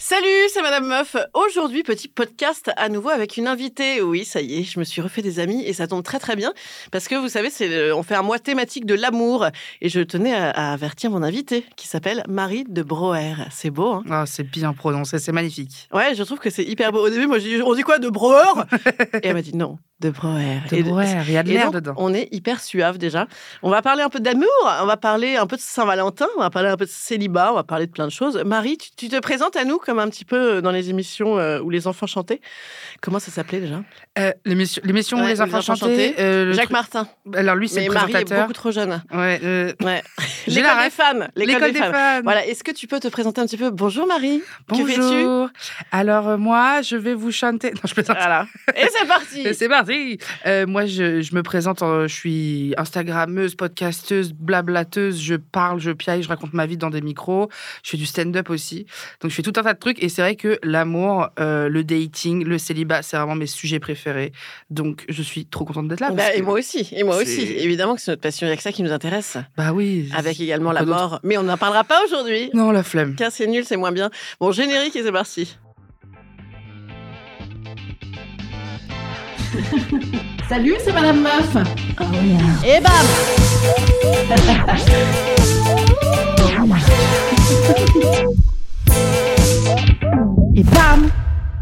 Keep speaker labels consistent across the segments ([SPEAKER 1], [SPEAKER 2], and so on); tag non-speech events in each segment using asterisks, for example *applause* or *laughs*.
[SPEAKER 1] Salut, c'est Madame Meuf. Aujourd'hui, petit podcast à nouveau avec une invitée. Oui, ça y est, je me suis refait des amis et ça tombe très très bien parce que vous savez, c'est le- on fait un mois thématique de l'amour et je tenais à, à avertir mon invitée qui s'appelle Marie de Broer. C'est beau, hein
[SPEAKER 2] Ah, c'est bien prononcé, c'est magnifique.
[SPEAKER 1] Ouais, je trouve que c'est hyper beau. Au début, moi, j'ai dit, on dit quoi, de Broer Et elle m'a dit non, de Broer.
[SPEAKER 2] De
[SPEAKER 1] Et-
[SPEAKER 2] Brouwer, il y a de
[SPEAKER 1] et
[SPEAKER 2] l'air
[SPEAKER 1] donc,
[SPEAKER 2] dedans.
[SPEAKER 1] On est hyper suave déjà. On va parler un peu d'amour, on va parler un peu de Saint-Valentin, on va parler un peu de célibat, on va parler de plein de choses. Marie, tu, tu te présentes à nous comme un petit peu dans les émissions euh, où les enfants chantaient. Comment ça s'appelait déjà
[SPEAKER 2] Euh, L'émission l'émission
[SPEAKER 1] Ouais,
[SPEAKER 2] où les enfants chantaient. euh, le
[SPEAKER 1] Jacques
[SPEAKER 2] truc-
[SPEAKER 1] Martin.
[SPEAKER 2] Alors lui, c'est
[SPEAKER 1] Mais
[SPEAKER 2] le
[SPEAKER 1] Marie est
[SPEAKER 2] présentateur.
[SPEAKER 1] beaucoup trop jeune.
[SPEAKER 2] Ouais, euh,
[SPEAKER 1] Ouais.
[SPEAKER 2] *laughs* J'ai
[SPEAKER 1] L'école
[SPEAKER 2] la
[SPEAKER 1] des
[SPEAKER 2] ref.
[SPEAKER 1] femmes.
[SPEAKER 2] L'école des, fans.
[SPEAKER 1] Voilà, est-ce que tu peux te présenter un petit peu Bonjour Marie. Que fais-tu
[SPEAKER 2] Bonjour. Alors euh, moi, je vais vous chanter. *laughs* Non, je plaisante.
[SPEAKER 1] Voilà. Et c'est parti.
[SPEAKER 2] Mais C'est parti. Euh, moi, je, je me présente. euh, je suis Instagrammeuse, podcasteuse, blablateuse. Je parle, je piaille, je raconte ma vie dans des micros. Je fais du stand-up aussi. Donc, je fais tout un tas de trucs. Et c'est vrai que l'amour, euh, le dating, le célibat, c'est vraiment mes sujets préférés. Donc, je suis trop contente d'être là.
[SPEAKER 1] Bah,
[SPEAKER 2] parce
[SPEAKER 1] et
[SPEAKER 2] que-
[SPEAKER 1] moi aussi, et moi
[SPEAKER 2] c'est-
[SPEAKER 1] aussi. Évidemment que c'est notre passion, il y a que ça qui nous intéresse.
[SPEAKER 2] Bah oui.
[SPEAKER 1] Avec également la
[SPEAKER 2] Quoi d'autre
[SPEAKER 1] mort. Mais on n'en parlera pas aujourd'hui.
[SPEAKER 2] Non, la flemme.
[SPEAKER 1] Car c'est nul, c'est moins bien. Bon, générique et c'est parti.
[SPEAKER 3] Salut, c'est Madame Meuf.
[SPEAKER 1] Et bam
[SPEAKER 3] Et bam,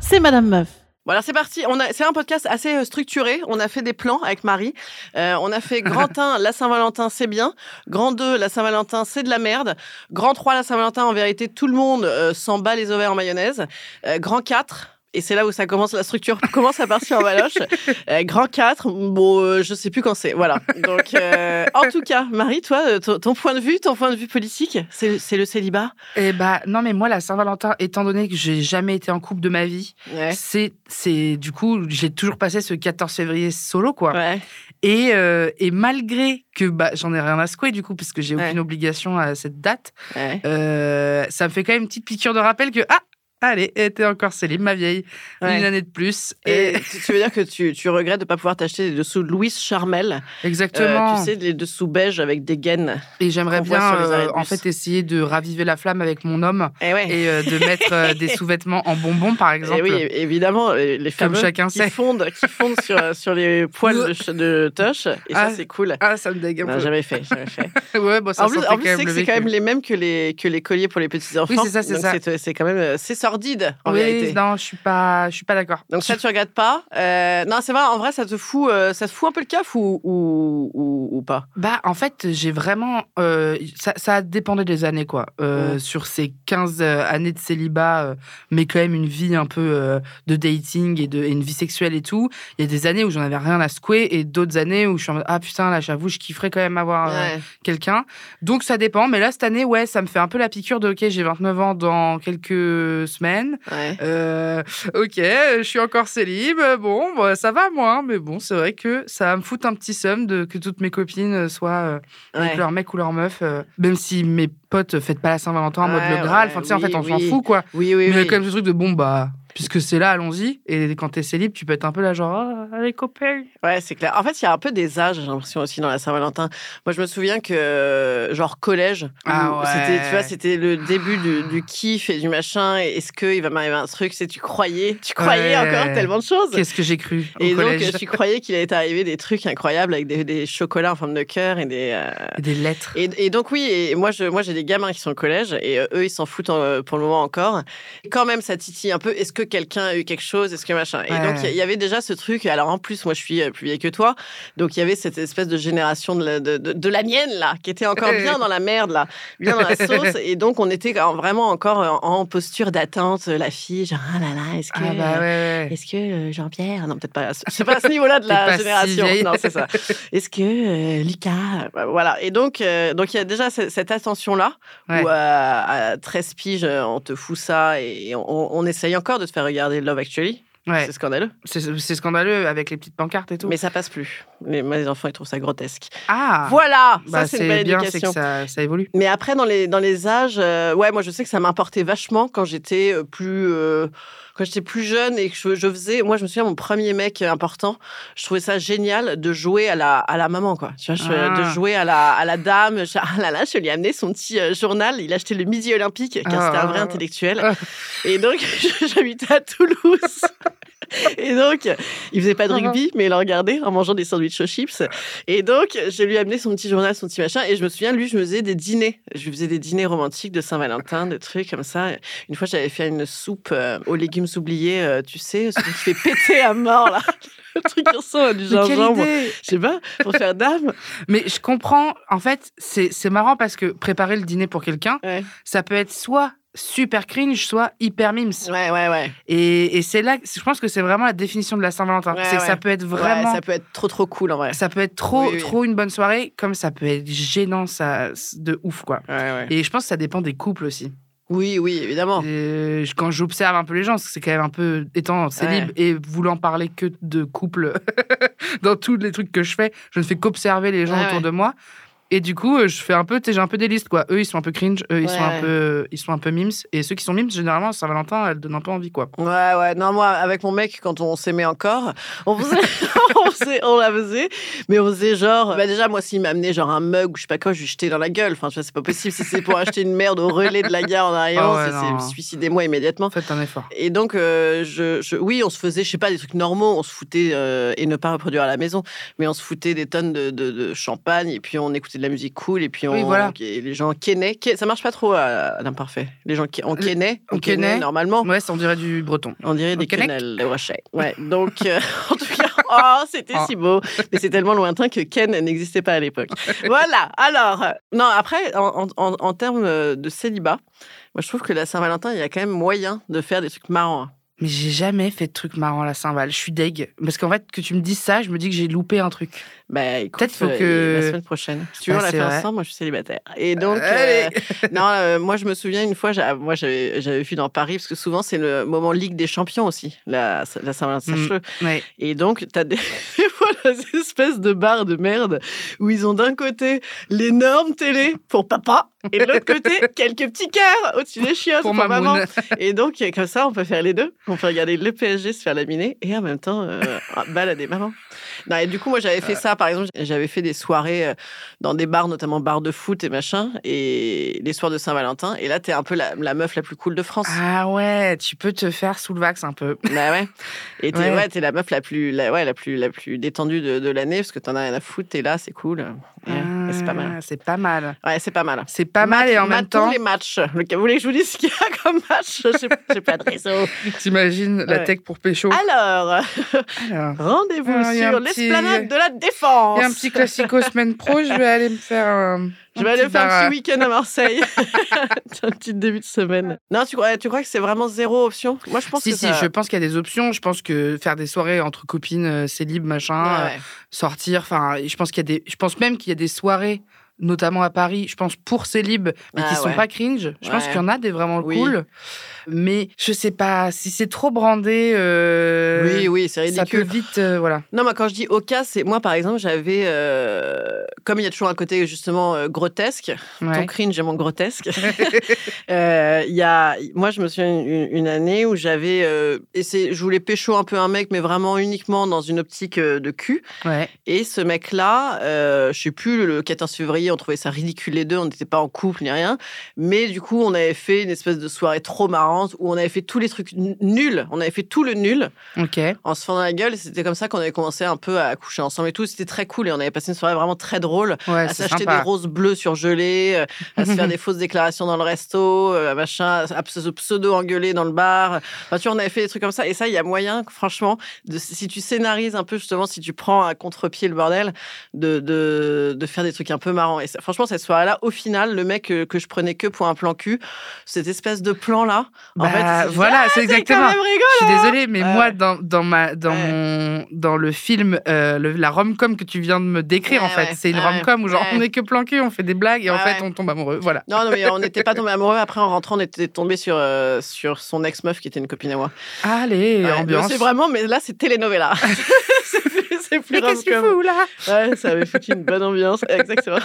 [SPEAKER 3] c'est Madame Meuf.
[SPEAKER 1] Bon, alors c'est parti. On a, c'est un podcast assez euh, structuré. On a fait des plans avec Marie. Euh, on a fait grand 1, la Saint-Valentin, c'est bien. Grand 2, la Saint-Valentin, c'est de la merde. Grand 3, la Saint-Valentin, en vérité, tout le monde euh, s'en bat les ovaires en mayonnaise. Euh, grand 4, et c'est là où ça commence, la structure commence à partir en baloche. Euh, grand 4, bon, euh, je sais plus quand c'est. Voilà. Donc,
[SPEAKER 2] *laughs*
[SPEAKER 1] euh, en tout cas, Marie, toi, euh, ton, ton point de vue, ton point de vue politique, c'est, c'est le célibat.
[SPEAKER 2] Eh bah, non, mais moi, la Saint-Valentin, étant donné que j'ai jamais été en couple de ma vie,
[SPEAKER 1] Ouais.
[SPEAKER 2] c'est, c'est, du coup, j'ai toujours passé ce 14 février solo, quoi.
[SPEAKER 1] Ouais.
[SPEAKER 2] Et, euh, et malgré que bah, j'en ai rien à secouer du coup, parce que j'ai
[SPEAKER 1] Ouais.
[SPEAKER 2] aucune obligation à cette date,
[SPEAKER 1] ouais.
[SPEAKER 2] euh, ça me fait quand même une petite piqûre de rappel que ah allez, elle était encore célib, ma vieille,
[SPEAKER 1] Ouais.
[SPEAKER 2] une année de plus.
[SPEAKER 1] Et euh,
[SPEAKER 2] Et...
[SPEAKER 1] tu tu veux dire que tu, tu regrettes de pas pouvoir t'acheter des dessous Louis Charmel, euh,
[SPEAKER 2] Exactement.
[SPEAKER 1] tu sais, les dessous beige avec des gaines.
[SPEAKER 2] et j'aimerais
[SPEAKER 1] qu'on voit
[SPEAKER 2] bien
[SPEAKER 1] sur les arrêts de
[SPEAKER 2] euh, en
[SPEAKER 1] bus.
[SPEAKER 2] fait essayer de raviver la flamme avec mon homme
[SPEAKER 1] Et ouais.
[SPEAKER 2] et euh, de mettre
[SPEAKER 1] *laughs*
[SPEAKER 2] euh, des sous-vêtements en bonbons par
[SPEAKER 1] Eh
[SPEAKER 2] exemple.
[SPEAKER 1] oui, évidemment, les les
[SPEAKER 2] Comme
[SPEAKER 1] fameux
[SPEAKER 2] chacun
[SPEAKER 1] qui
[SPEAKER 2] sait.
[SPEAKER 1] fondent, qui fondent sur, sur les poils de, ch- de toche. Et ça,
[SPEAKER 2] Ah.
[SPEAKER 1] c'est cool.
[SPEAKER 2] Ah, ça me dégue un
[SPEAKER 1] Non,
[SPEAKER 2] peu.
[SPEAKER 1] jamais fait, jamais fait.
[SPEAKER 2] *laughs* Ouais, bon, ça
[SPEAKER 1] Bah, en plus,
[SPEAKER 2] sentait
[SPEAKER 1] en plus,
[SPEAKER 2] quand
[SPEAKER 1] c'est
[SPEAKER 2] même
[SPEAKER 1] que
[SPEAKER 2] le
[SPEAKER 1] c'est quand
[SPEAKER 2] vécu.
[SPEAKER 1] même les mêmes que les, que les colliers pour les petits-enfants.
[SPEAKER 2] Oui, c'est ça, c'est
[SPEAKER 1] Donc,
[SPEAKER 2] ça.
[SPEAKER 1] C'est, c'est quand même euh, c'est sordide, en
[SPEAKER 2] Oui,
[SPEAKER 1] vérité.
[SPEAKER 2] non, je suis pas, je suis pas d'accord.
[SPEAKER 1] Donc ça, tu regrettes pas. Euh, non, c'est vrai, en vrai, ça te fout, euh, ça te fout un peu le caf ou, ou, ou, ou pas
[SPEAKER 2] Bah, en fait, j'ai vraiment. euh, ça, ça dépendait des années, quoi. Euh,
[SPEAKER 1] Mm.
[SPEAKER 2] Sur ces 15 euh, années de célibat, euh, mais quand même une vie un peu euh, de dating et, de, et une vie sexuelle et tout, il y a des années où j'en avais rien à secouer et d'autres années où je suis en mode Ah putain, là, j'avoue, je kifferais quand même avoir euh,
[SPEAKER 1] Ouais.
[SPEAKER 2] quelqu'un. Donc ça dépend. Mais là, cette année, ouais, ça me fait un peu la piqûre de Ok, j'ai 29 ans dans quelques semaines.
[SPEAKER 1] ouais.
[SPEAKER 2] Euh, ok, euh, je suis encore célib. euh, Bon, bah, ça va moi, hein, mais bon, c'est vrai que ça va me fout un petit seum de que toutes mes copines euh, soient euh, avec
[SPEAKER 1] Ouais.
[SPEAKER 2] leur mec ou leur meuf. euh, même si mes potes euh, fêtent pas la Saint-Valentin en mode
[SPEAKER 1] Ouais,
[SPEAKER 2] le Graal,
[SPEAKER 1] ouais,
[SPEAKER 2] enfin tu sais, en
[SPEAKER 1] oui,
[SPEAKER 2] fait, on s'en
[SPEAKER 1] oui.
[SPEAKER 2] fout quoi.
[SPEAKER 1] Oui, oui,
[SPEAKER 2] mais il y a
[SPEAKER 1] oui.
[SPEAKER 2] quand même ce truc de bon bah. Puisque c'est là, allons-y. Et quand t'es célib, tu peux être un peu là, genre, Ah, allez, copain.
[SPEAKER 1] Ouais, c'est clair. En fait, il y a un peu des âges, j'ai l'impression aussi dans la Saint-Valentin. Moi, je me souviens que euh, genre collège,
[SPEAKER 2] Ah
[SPEAKER 1] où
[SPEAKER 2] ouais.
[SPEAKER 1] c'était tu vois, c'était le début du, du kiff et du machin. Et Est-ce que il va m'arriver un truc C'est tu croyais, tu croyais
[SPEAKER 2] Ouais.
[SPEAKER 1] encore tellement de choses.
[SPEAKER 2] Qu'est-ce que j'ai cru au
[SPEAKER 1] Et donc,
[SPEAKER 2] collège
[SPEAKER 1] euh,
[SPEAKER 2] *laughs*
[SPEAKER 1] tu croyais qu'il allait t'arriver des trucs incroyables avec des, des chocolats en forme de cœur et des. euh,
[SPEAKER 2] Des lettres.
[SPEAKER 1] Et, et donc, oui, et moi, je, moi, j'ai des gamins qui sont au collège et euh, eux, ils s'en foutent euh, pour le moment encore. Et quand même, ça titille un peu. Est-ce que quelqu'un a eu quelque chose Est-ce que machin Et
[SPEAKER 2] Ouais.
[SPEAKER 1] donc, il y- il y avait déjà ce truc. Alors, en plus, moi, je suis euh, plus vieille que toi. Donc, il y avait cette espèce de génération de la, de, de- de la mienne, là, qui était encore bien dans la merde, là, bien dans la sauce.
[SPEAKER 2] *laughs*
[SPEAKER 1] Et donc, on était en- vraiment encore en, en posture d'attente. euh, La fille, genre, ah là là, est-ce que.
[SPEAKER 2] Ah bah ouais, ouais.
[SPEAKER 1] Est-ce que euh, Jean-Pierre, non peut-être pas, à ce- c'est
[SPEAKER 2] *laughs*
[SPEAKER 1] pas à ce niveau-là de
[SPEAKER 2] T'es pas
[SPEAKER 1] la
[SPEAKER 2] si
[SPEAKER 1] génération,
[SPEAKER 2] vieille.
[SPEAKER 1] non c'est
[SPEAKER 2] *laughs*
[SPEAKER 1] ça. Est-ce que euh, Lucas, bah, voilà. Et donc euh, donc il y a déjà ce- cette attention-là
[SPEAKER 2] Ouais.
[SPEAKER 1] où euh, à 13 piges euh, on te fout ça et on, on- on essaye encore de te faire regarder Love Actually,
[SPEAKER 2] Ouais.
[SPEAKER 1] c'est scandaleux,
[SPEAKER 2] C'est c'est scandaleux avec les petites pancartes et tout.
[SPEAKER 1] mais ça passe plus. Les, moi, les enfants ils trouvent ça grotesque.
[SPEAKER 2] ah,
[SPEAKER 1] Voilà,
[SPEAKER 2] bah,
[SPEAKER 1] ça c'est une belle
[SPEAKER 2] bien, c'est que
[SPEAKER 1] éducation.
[SPEAKER 2] ça, ça évolue.
[SPEAKER 1] Mais après, dans les, dans les âges, euh, ouais, moi je sais que ça m'importait vachement quand j'étais euh, plus. euh, quand j'étais plus jeune et que je, je faisais. Moi, je me souviens, mon premier mec euh, important, je trouvais ça génial de jouer à la, à la maman, quoi. Tu vois, je- euh,
[SPEAKER 2] Ah.
[SPEAKER 1] de jouer à la, à la dame. Je, ah là là, je lui ai amené son petit euh, journal. Il achetait le Midi Olympique, car c'était un vrai
[SPEAKER 2] Ah.
[SPEAKER 1] intellectuel.
[SPEAKER 2] Ah.
[SPEAKER 1] Et donc, *laughs* j'habitais à Toulouse. Et donc, il faisait pas de rugby, mais il en regardait en mangeant des sandwichs aux chips. Et donc, je lui ai amené son petit journal, son petit machin. Et je me souviens, lui, je me faisais des dîners. Je lui faisais des dîners romantiques de Saint-Valentin, des trucs comme ça. Une fois, j'avais fait une soupe euh, aux légumes oubliés, euh, tu sais, ce qui fait péter à mort, là. *laughs* Le truc qui ressemble à du
[SPEAKER 2] Mais quelle
[SPEAKER 1] gingembre.
[SPEAKER 2] idée
[SPEAKER 1] Je sais pas, pour faire dame.
[SPEAKER 2] Mais je comprends. En fait, c'est c'est marrant parce que préparer le dîner pour quelqu'un,
[SPEAKER 1] Ouais.
[SPEAKER 2] ça peut être soit super cringe, soit hyper mimes.
[SPEAKER 1] Ouais, ouais, ouais.
[SPEAKER 2] Et, et c'est là, que- je pense que c'est vraiment la définition de la Saint-Valentin.
[SPEAKER 1] Ouais,
[SPEAKER 2] c'est que ça
[SPEAKER 1] ouais.
[SPEAKER 2] peut être
[SPEAKER 1] Ouais,
[SPEAKER 2] vraiment.
[SPEAKER 1] ça peut être trop, trop cool, en vrai.
[SPEAKER 2] ça peut être trop,
[SPEAKER 1] Oui, oui.
[SPEAKER 2] trop une bonne soirée, comme ça peut être gênant, ça, de ouf, quoi.
[SPEAKER 1] Ouais, ouais.
[SPEAKER 2] Et je pense que ça dépend des couples aussi.
[SPEAKER 1] Oui, oui, évidemment.
[SPEAKER 2] Euh, je- quand j'observe un peu les gens, parce que c'est quand même un peu étant célib
[SPEAKER 1] Ouais.
[SPEAKER 2] et voulant parler que de couple *laughs* dans tous les trucs que je fais, je ne fais qu'observer les gens
[SPEAKER 1] Ouais,
[SPEAKER 2] autour
[SPEAKER 1] ouais.
[SPEAKER 2] de moi. Et du coup, euh, je fais un peu, tu sais, j'ai un peu des listes, quoi. Eux, ils sont un peu cringe, eux, ils,
[SPEAKER 1] Ouais,
[SPEAKER 2] sont un
[SPEAKER 1] ouais.
[SPEAKER 2] peu, ils sont un peu mimes. Et ceux qui sont mimes, généralement, Saint-Valentin, elle donne un peu envie, quoi.
[SPEAKER 1] Ouais, ouais. Non, moi, avec mon mec, quand on s'aimait encore, on faisait, *laughs* on faisait- on la faisait, mais on faisait genre, bah déjà, moi, s'il m'amenait genre un mug ou je sais pas quoi, je lui jetais dans la gueule. Enfin, tu vois, c'est pas possible. Si c'est pour acheter une merde au relais de la gare en arrière,
[SPEAKER 2] Ah ouais,
[SPEAKER 1] c'est-
[SPEAKER 2] non.
[SPEAKER 1] c'est suicidez-moi immédiatement.
[SPEAKER 2] Faites un effort.
[SPEAKER 1] Et donc, euh, je, je- oui, on se faisait, je sais pas, des trucs normaux, on se foutait, euh, et ne pas reproduire à la maison, mais on se foutait des tonnes de, de- de champagne, et puis on écoutait de la musique cool, et puis on,
[SPEAKER 2] Oui, voilà.
[SPEAKER 1] et les gens quenaient. Ken- Ça marche pas trop à, à l'imparfait. Les gens qui, on quenait,
[SPEAKER 2] on
[SPEAKER 1] on
[SPEAKER 2] quenait.
[SPEAKER 1] quenait normalement.
[SPEAKER 2] Ouais, ça, on dirait du breton.
[SPEAKER 1] On dirait des
[SPEAKER 2] Au Québec.
[SPEAKER 1] quenelles, le
[SPEAKER 2] *laughs*
[SPEAKER 1] rocher. Ouais, donc, euh, *laughs* en tout cas, oh, c'était
[SPEAKER 2] Ah.
[SPEAKER 1] si beau. Mais c'est tellement lointain que Ken n'existait pas à l'époque. Voilà, alors, euh, non, après, en, en, en termes euh, de célibat, moi, je trouve que la Saint-Valentin, il y a quand même moyen de faire des trucs marrants. hein.
[SPEAKER 2] Mais j'ai jamais fait de truc marrant à la Saint-Val. Je suis deg. Parce qu'en fait, que tu me dises ça, je me dis que j'ai loupé un truc.
[SPEAKER 1] Bah, écoute,
[SPEAKER 2] Peut-être faut
[SPEAKER 1] euh,
[SPEAKER 2] que-
[SPEAKER 1] La semaine prochaine. Si tu veux,
[SPEAKER 2] Bah,
[SPEAKER 1] on la
[SPEAKER 2] c'est
[SPEAKER 1] fait
[SPEAKER 2] vrai.
[SPEAKER 1] ensemble, moi, je suis célibataire. Et donc,
[SPEAKER 2] Allez.
[SPEAKER 1] euh, non, euh, moi, je me souviens une fois, j'a- moi, j'avais j'avais vu dans Paris, parce que souvent, c'est le moment Ligue des Champions aussi, la, la Saint-Valentin.
[SPEAKER 2] Mm.
[SPEAKER 1] Sache-le. *laughs*
[SPEAKER 2] Ouais.
[SPEAKER 1] Et donc, t'as des, des fois des espèces de bars de merde où ils ont d'un côté l'énorme télé pour papa et de
[SPEAKER 2] *laughs*
[SPEAKER 1] l'autre côté quelques petits cœurs au-dessus des chiottes pour,
[SPEAKER 2] Pour ma
[SPEAKER 1] maman.
[SPEAKER 2] moune. *laughs*
[SPEAKER 1] Et donc, euh, comme ça, on peut faire les deux. On peut regarder le PSG se faire laminer et en même temps euh, *laughs* balader maman. Non, et du coup, moi, j'avais
[SPEAKER 2] Euh.
[SPEAKER 1] fait ça, par exemple, j'avais fait des soirées euh, dans des bars, notamment bars de foot et machin, et les soirs de Saint-Valentin. Et là, t'es un peu la, la meuf la plus cool de France.
[SPEAKER 2] Ah ouais, tu peux te faire sous le vax un peu.
[SPEAKER 1] Bah ouais. Et t'es
[SPEAKER 2] Ouais.
[SPEAKER 1] ouais. t'es la meuf la plus, la, ouais, la plus, la plus détendue de, de l'année parce que t'en as rien à foutre, t'es là, c'est cool. Et, et c'est pas mal.
[SPEAKER 2] Ah, C'est pas mal.
[SPEAKER 1] Ouais, c'est pas mal.
[SPEAKER 2] C'est pas mal et en même
[SPEAKER 1] Matons
[SPEAKER 2] temps,
[SPEAKER 1] les matchs. Le- Vous voulez que je vous dise ce qu'il y a comme match J'ai j'ai pas de
[SPEAKER 2] *laughs*
[SPEAKER 1] réseau.
[SPEAKER 2] t'imagines la
[SPEAKER 1] Ouais.
[SPEAKER 2] tech pour pécho.
[SPEAKER 1] Alors,
[SPEAKER 2] Alors,
[SPEAKER 1] rendez-vous
[SPEAKER 2] Ah, il y a un
[SPEAKER 1] sur
[SPEAKER 2] petit-
[SPEAKER 1] l'esplanade de la Défense.
[SPEAKER 2] Il y a un petit classico semaine pro, je vais aller me faire un.
[SPEAKER 1] Ah, Je vais aller
[SPEAKER 2] petit
[SPEAKER 1] faire un
[SPEAKER 2] bar- euh,
[SPEAKER 1] petit week-end à
[SPEAKER 2] *laughs*
[SPEAKER 1] Marseille. *laughs* C'est un petit début de semaine. Non, tu crois, tu crois que c'est vraiment zéro option Moi, je pense
[SPEAKER 2] Si,
[SPEAKER 1] que
[SPEAKER 2] si,
[SPEAKER 1] ça...
[SPEAKER 2] je pense qu'il y a des options. Je pense que faire des soirées entre copines, euh, c'est libre, machin,
[SPEAKER 1] Ouais,
[SPEAKER 2] euh,
[SPEAKER 1] ouais.
[SPEAKER 2] sortir. Enfin, je pense qu'il y a des. Je pense même qu'il y a des soirées notamment à Paris, je pense pour ces libres, mais
[SPEAKER 1] Ah
[SPEAKER 2] qui sont
[SPEAKER 1] ouais.
[SPEAKER 2] pas cringe. Je pense
[SPEAKER 1] Ouais.
[SPEAKER 2] qu'il y en a des vraiment
[SPEAKER 1] Oui.
[SPEAKER 2] cool. Mais je sais pas si c'est trop brandé. euh,
[SPEAKER 1] oui, oui, c'est
[SPEAKER 2] Ça peut
[SPEAKER 1] ridicule.
[SPEAKER 2] vite, euh, voilà.
[SPEAKER 1] Non, mais quand je dis au cas, c'est moi, par exemple, j'avais. euh, comme il y a toujours un côté, justement, euh, grotesque,
[SPEAKER 2] Ouais.
[SPEAKER 1] ton cringe et mon grotesque, euh, il y a, moi, je me souviens une, une année où j'avais. euh, essayé- je voulais pécho un peu un mec, mais vraiment uniquement dans une optique euh, de cul.
[SPEAKER 2] ouais.
[SPEAKER 1] Et ce mec-là, euh, je sais plus, le 14 février, on trouvait ça ridicule les deux, on n'était pas en couple ni rien. Mais du coup, on avait fait une espèce de soirée trop marrante où on avait fait tous les trucs n- nuls. On avait fait tout le nul
[SPEAKER 2] Ok.
[SPEAKER 1] en se fendant la gueule. et C'était comme ça qu'on avait commencé un peu à coucher ensemble et tout. C'était très cool et on avait passé une soirée vraiment très drôle
[SPEAKER 2] Ouais,
[SPEAKER 1] à
[SPEAKER 2] c'est
[SPEAKER 1] s'acheter des
[SPEAKER 2] sympa.
[SPEAKER 1] roses bleues surgelées, euh, à se
[SPEAKER 2] *laughs*
[SPEAKER 1] faire des fausses déclarations dans le resto, euh, à machin, à se pseudo engueuler dans le bar. Enfin, tu vois, on avait fait des trucs comme ça. Et ça, il y a moyen, franchement, de, si tu scénarises un peu justement, si tu prends à contre-pied le bordel, de, de, de faire des trucs un peu marrants. Et ça- franchement, cette soirée-là, au final, le mec euh, que, je prenais que pour un plan cul, cette espèce de plan-là, en
[SPEAKER 2] Bah,
[SPEAKER 1] fait,
[SPEAKER 2] voilà, c'est
[SPEAKER 1] c'est quand
[SPEAKER 2] exactement.
[SPEAKER 1] même rigolo.
[SPEAKER 2] Je suis désolée, mais
[SPEAKER 1] Ouais, ouais.
[SPEAKER 2] moi, dans, dans, ma, dans,
[SPEAKER 1] Ouais.
[SPEAKER 2] mon, dans le film, euh, le- la rom-com que tu viens de me décrire,
[SPEAKER 1] Ouais,
[SPEAKER 2] en fait,
[SPEAKER 1] ouais,
[SPEAKER 2] c'est une
[SPEAKER 1] ouais,
[SPEAKER 2] rom-com où genre,
[SPEAKER 1] ouais.
[SPEAKER 2] on n'est que planqué, on fait des blagues et en
[SPEAKER 1] Ouais,
[SPEAKER 2] fait,
[SPEAKER 1] ouais.
[SPEAKER 2] on tombe amoureux. Voilà.
[SPEAKER 1] Non, non, mais on n'était pas tombé amoureux. Après, en rentrant, on était tombé sur, euh, sur son ex-meuf qui était une copine à moi.
[SPEAKER 2] Allez,
[SPEAKER 1] Ouais,
[SPEAKER 2] ambiance.
[SPEAKER 1] mais C'est vraiment, mais là, c'est
[SPEAKER 2] *laughs*
[SPEAKER 1] telenovela. c'est plus, c'est plus
[SPEAKER 2] Mais qu'est-ce qu'il
[SPEAKER 1] rom-com.
[SPEAKER 2] fout là
[SPEAKER 1] Ouais, ça avait foutu une bonne ambiance.
[SPEAKER 2] *laughs*
[SPEAKER 1] Exactement.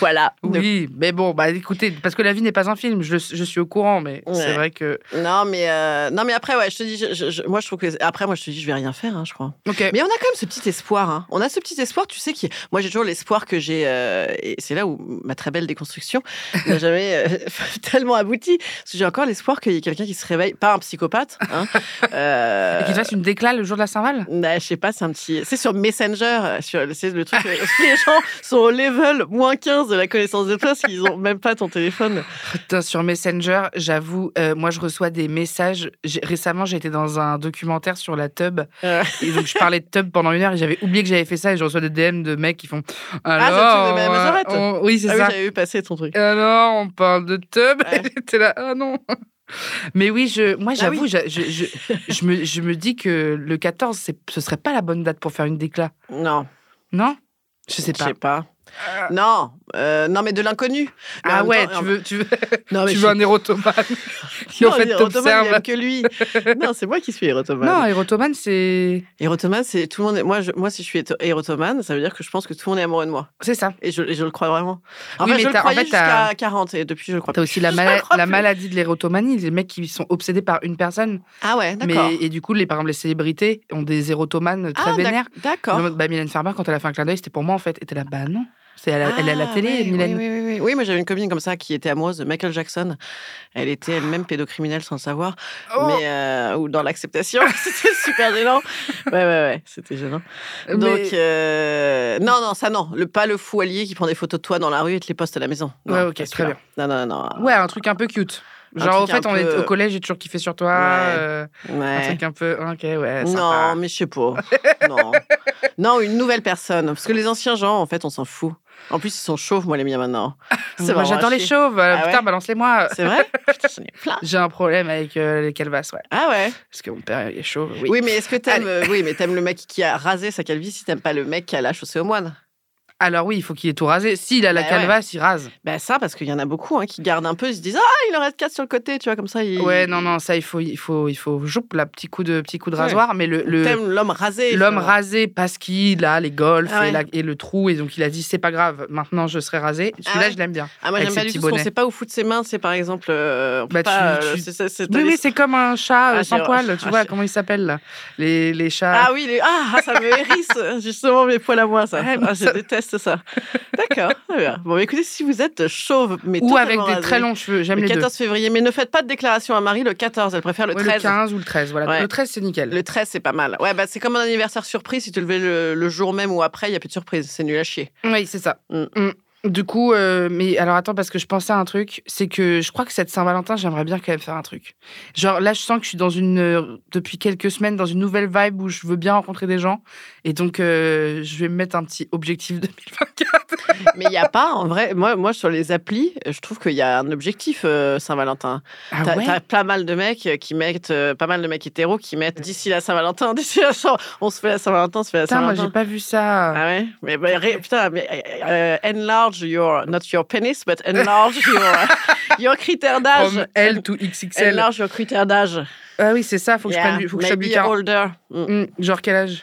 [SPEAKER 1] voilà.
[SPEAKER 2] Oui, mais bon, bah écoutez, parce que la vie n'est pas un film, je, le- je suis au courant, mais c'est
[SPEAKER 1] Ouais.
[SPEAKER 2] vrai que.
[SPEAKER 1] Non, mais, euh, non, mais après, ouais, je te dis, je- je- je- moi, je trouve que. Après, moi, je te dis, je vais rien faire, hein, je crois.
[SPEAKER 2] Ok.
[SPEAKER 1] Mais on a quand même ce petit espoir. hein. On a ce petit espoir, tu sais, qui. Moi, j'ai toujours l'espoir que j'ai. euh, et c'est là où ma très belle
[SPEAKER 2] *laughs*
[SPEAKER 1] déconstruction n'a jamais euh, *laughs* tellement abouti. Parce que j'ai encore l'espoir qu'il y ait quelqu'un qui se réveille, pas un psychopathe.
[SPEAKER 2] *laughs*
[SPEAKER 1] Hein, euh,
[SPEAKER 2] Et qu'il te fasse une déclale le jour de la Saint-Val
[SPEAKER 1] Bah, je sais pas, c'est un petit. C'est sur Messenger. sur- C'est le truc. que *laughs* les gens sont au level moins 15 de la connaissance de toi parce qu'ils ont même pas ton téléphone.
[SPEAKER 2] Putain, sur Messenger, j'avoue, euh, moi je reçois des messages. J'ai- Récemment, j'étais dans un documentaire sur la tub.
[SPEAKER 1] Euh,
[SPEAKER 2] Et donc, je parlais de tub pendant une heure et j'avais oublié que j'avais fait ça. Et je reçois des DM de mecs qui font.
[SPEAKER 1] Ah, c'est le truc de
[SPEAKER 2] Alors,
[SPEAKER 1] Madame
[SPEAKER 2] euh,
[SPEAKER 1] Azorette
[SPEAKER 2] on- Oui, c'est
[SPEAKER 1] Ah oui,
[SPEAKER 2] ça.
[SPEAKER 1] j'avais vu passer ton truc.
[SPEAKER 2] Alors, on parle de tub.
[SPEAKER 1] Ouais. Ah
[SPEAKER 2] Et j'étais là, ah non. Mais oui, je, moi, j'avoue,
[SPEAKER 1] oui.
[SPEAKER 2] j'a- je, je, je me, je me dis que le 14, c'est- ce serait pas la bonne date pour faire une décla.
[SPEAKER 1] Non,
[SPEAKER 2] Non Je sais
[SPEAKER 1] je
[SPEAKER 2] pas.
[SPEAKER 1] sais pas. Non, euh, non, mais de l'inconnu. Mais en
[SPEAKER 2] Ah
[SPEAKER 1] même
[SPEAKER 2] ouais,
[SPEAKER 1] temps-
[SPEAKER 2] tu veux, tu veux,
[SPEAKER 1] Non, mais
[SPEAKER 2] tu
[SPEAKER 1] je
[SPEAKER 2] veux
[SPEAKER 1] sais *laughs*
[SPEAKER 2] un érotomane qui
[SPEAKER 1] pas,
[SPEAKER 2] en
[SPEAKER 1] Erotoman,
[SPEAKER 2] fait
[SPEAKER 1] il aime
[SPEAKER 2] t'observe.
[SPEAKER 1] que
[SPEAKER 2] *laughs*
[SPEAKER 1] lui. Non, c'est moi qui suis Erotoman.
[SPEAKER 2] Non, érotomane, c'est.
[SPEAKER 1] Erotoman, c'est tout le monde. est- Moi, je- moi, si je suis Erotoman, ça veut dire que je pense que tout le monde est amoureux de moi.
[SPEAKER 2] C'est ça.
[SPEAKER 1] Et je, et je le crois vraiment. En
[SPEAKER 2] Oui,
[SPEAKER 1] fait,
[SPEAKER 2] mais
[SPEAKER 1] je le
[SPEAKER 2] t'as- en
[SPEAKER 1] croyais
[SPEAKER 2] fait, t'as-
[SPEAKER 1] jusqu'à 40 et depuis, je le crois
[SPEAKER 2] T'as
[SPEAKER 1] plus.
[SPEAKER 2] aussi la,
[SPEAKER 1] Ah, *laughs* Je
[SPEAKER 2] mala-
[SPEAKER 1] le crois
[SPEAKER 2] la
[SPEAKER 1] plus.
[SPEAKER 2] maladie de l'érotomanie, les mecs qui sont obsédés par une personne.
[SPEAKER 1] Ah ouais, d'accord.
[SPEAKER 2] Mais, et du coup, les, par exemple, les célébrités ont des érotomanes très
[SPEAKER 1] Ah, d'ac-
[SPEAKER 2] vénères.
[SPEAKER 1] D'accord.
[SPEAKER 2] En mode, Bah, Mylène Farmer, quand elle a fait un clin d'œil, c'était pour moi en fait. Et t'es là, bah non, c'est elle, a- elle est à la
[SPEAKER 1] Ah,
[SPEAKER 2] télé,
[SPEAKER 1] oui,
[SPEAKER 2] Mylène.
[SPEAKER 1] Oui, oui, oui, oui. Oui, moi j'avais une copine comme ça qui était amoureuse de Michael Jackson. Elle était elle-même pédocriminelle sans le savoir,
[SPEAKER 2] Oh
[SPEAKER 1] mais euh, ou dans l'acceptation. *laughs* c'était super gênant. Ouais, ouais, ouais, c'était gênant.
[SPEAKER 2] Mais-
[SPEAKER 1] Donc euh, non, non, ça non. Le pas le fou allié qui prend des photos de toi dans la rue et te les poste à la maison. Non,
[SPEAKER 2] Ouais, ok,
[SPEAKER 1] pas
[SPEAKER 2] très
[SPEAKER 1] celui-là. Non, non, non.
[SPEAKER 2] Ouais, un truc un peu cute.
[SPEAKER 1] euh, Un
[SPEAKER 2] Genre, au
[SPEAKER 1] truc
[SPEAKER 2] fait,
[SPEAKER 1] un
[SPEAKER 2] on est
[SPEAKER 1] peu-
[SPEAKER 2] au collège, j'ai toujours kiffé sur toi.
[SPEAKER 1] Ouais.
[SPEAKER 2] euh, Un
[SPEAKER 1] Ouais.
[SPEAKER 2] truc un peu. hein, Ok, ouais.
[SPEAKER 1] Non,
[SPEAKER 2] sympa.
[SPEAKER 1] mais je sais
[SPEAKER 2] *laughs*
[SPEAKER 1] pas. Non. non, une nouvelle personne. Parce que les anciens gens, en fait, on s'en fout. En plus, ils sont chauves, moi, les miens
[SPEAKER 2] *laughs*
[SPEAKER 1] maintenant. C'est
[SPEAKER 2] Moi,
[SPEAKER 1] vraiment
[SPEAKER 2] j'adore
[SPEAKER 1] à
[SPEAKER 2] les
[SPEAKER 1] chier.
[SPEAKER 2] chauves. euh,
[SPEAKER 1] Ah
[SPEAKER 2] Putain,
[SPEAKER 1] ouais
[SPEAKER 2] balance-les-moi.
[SPEAKER 1] C'est
[SPEAKER 2] *laughs*
[SPEAKER 1] vrai Putain, j'en ai plein.
[SPEAKER 2] J'ai un problème avec euh, les calvasses, ouais.
[SPEAKER 1] Ah ouais
[SPEAKER 2] Parce que mon père, il est chauve. Oui.
[SPEAKER 1] Oui, mais est-ce que t'aimes euh, oui, mais t'aimes le mec qui a rasé sa calvitie si t'aimes pas le mec qui a la chaussée aux moines
[SPEAKER 2] Alors, oui, il faut qu'il ait tout rasé. S'il a la
[SPEAKER 1] Bah ouais.
[SPEAKER 2] calvasse, il rase.
[SPEAKER 1] Ben ça, parce qu'il y en a beaucoup hein, qui gardent un peu, ils se disent ah il en reste quatre sur le côté, tu vois comme ça. Ils...
[SPEAKER 2] Ouais, non, non, ça, il faut, il faut, il faut, joup, là, petit coup de, petit coup de
[SPEAKER 1] Ouais.
[SPEAKER 2] rasoir, mais le, le-
[SPEAKER 1] T'aimes l'homme rasé.
[SPEAKER 2] l'homme
[SPEAKER 1] finalement.
[SPEAKER 2] rasé parce qu'il a les golfs
[SPEAKER 1] Ah ouais.
[SPEAKER 2] et, la- et le trou, et donc il a dit, c'est pas grave, maintenant je serai rasé. Celui-là,
[SPEAKER 1] ouais.
[SPEAKER 2] je l'aime bien.
[SPEAKER 1] Ah moi
[SPEAKER 2] avec
[SPEAKER 1] j'aime
[SPEAKER 2] ses
[SPEAKER 1] pas du
[SPEAKER 2] petits
[SPEAKER 1] tout. Parce qu'on
[SPEAKER 2] bonnets.
[SPEAKER 1] sait pas où foutre ses mains. C'est par exemple. euh, on peut
[SPEAKER 2] Bah, tu-
[SPEAKER 1] pas, euh,
[SPEAKER 2] tu-
[SPEAKER 1] c'est ça, c'est-
[SPEAKER 2] Oui, oui, c'est comme un chat euh,
[SPEAKER 1] Ah,
[SPEAKER 2] sans
[SPEAKER 1] c'est-
[SPEAKER 2] poils, tu
[SPEAKER 1] ah,
[SPEAKER 2] vois,
[SPEAKER 1] c'est-
[SPEAKER 2] comment il s'appelle, là les, les chats.
[SPEAKER 1] Ah oui, les- ah, ça
[SPEAKER 2] *laughs*
[SPEAKER 1] me hérisse justement mes poils à moi, ça.
[SPEAKER 2] Ouais,
[SPEAKER 1] Ah, je
[SPEAKER 2] ça-
[SPEAKER 1] déteste ça. D'accord. très bien. Bon, mais écoutez, si vous êtes chauve, mais
[SPEAKER 2] Ou avec
[SPEAKER 1] totalement
[SPEAKER 2] des
[SPEAKER 1] rasé,
[SPEAKER 2] très longs cheveux, j'aime
[SPEAKER 1] Le
[SPEAKER 2] les deux.
[SPEAKER 1] 14 février, mais ne faites pas de déclaration à Marie le 14, elle préfère le
[SPEAKER 2] Ouais,
[SPEAKER 1] 13.
[SPEAKER 2] 15 ou le 13, voilà.
[SPEAKER 1] Ouais.
[SPEAKER 2] Le 13, c'est nickel.
[SPEAKER 1] Le 13, c'est pas mal. Ouais, bah, c'est comme un anniversaire surprise. Si tu le fais le, le jour même ou après, il n'y a plus de surprise. C'est nul à chier.
[SPEAKER 2] Oui, c'est ça.
[SPEAKER 1] Mm.
[SPEAKER 2] Mm. Du coup, euh, mais alors attends, parce que je pensais à un truc, c'est que je crois que cette Saint-Valentin, j'aimerais bien quand même faire un truc. Genre là, je sens que je suis dans une, euh, depuis quelques semaines, dans une nouvelle vibe où je veux bien rencontrer des gens. Et donc, euh, je vais me mettre un petit objectif *laughs* 2024.
[SPEAKER 1] Mais il n'y a pas, en vrai, moi, moi sur les applis, je trouve qu'il y a un objectif euh, Saint-Valentin. T'as
[SPEAKER 2] Ah ouais
[SPEAKER 1] t'as pas mal de mecs euh, qui mettent, euh, pas mal de mecs hétéros qui mettent d'ici la Saint-Valentin, *laughs* d'ici la Saint- on se fait la Saint-Valentin, on se fait la
[SPEAKER 2] Putain, moi, j'ai
[SPEAKER 1] Saint-Valentin.
[SPEAKER 2] pas vu ça.
[SPEAKER 1] Ah ouais, mais bah, ré- putain, mais euh, euh, enlarge your, not your penis, but
[SPEAKER 2] *laughs*
[SPEAKER 1] enlarge your, your critère d'âge.
[SPEAKER 2] From L to XXL.
[SPEAKER 1] Enlarge your critère d'âge.
[SPEAKER 2] Ah oui, c'est ça, faut que
[SPEAKER 1] Yeah,
[SPEAKER 2] je prenne, faut que je
[SPEAKER 1] maybe
[SPEAKER 2] sois car...
[SPEAKER 1] older. Mm.
[SPEAKER 2] Genre quel âge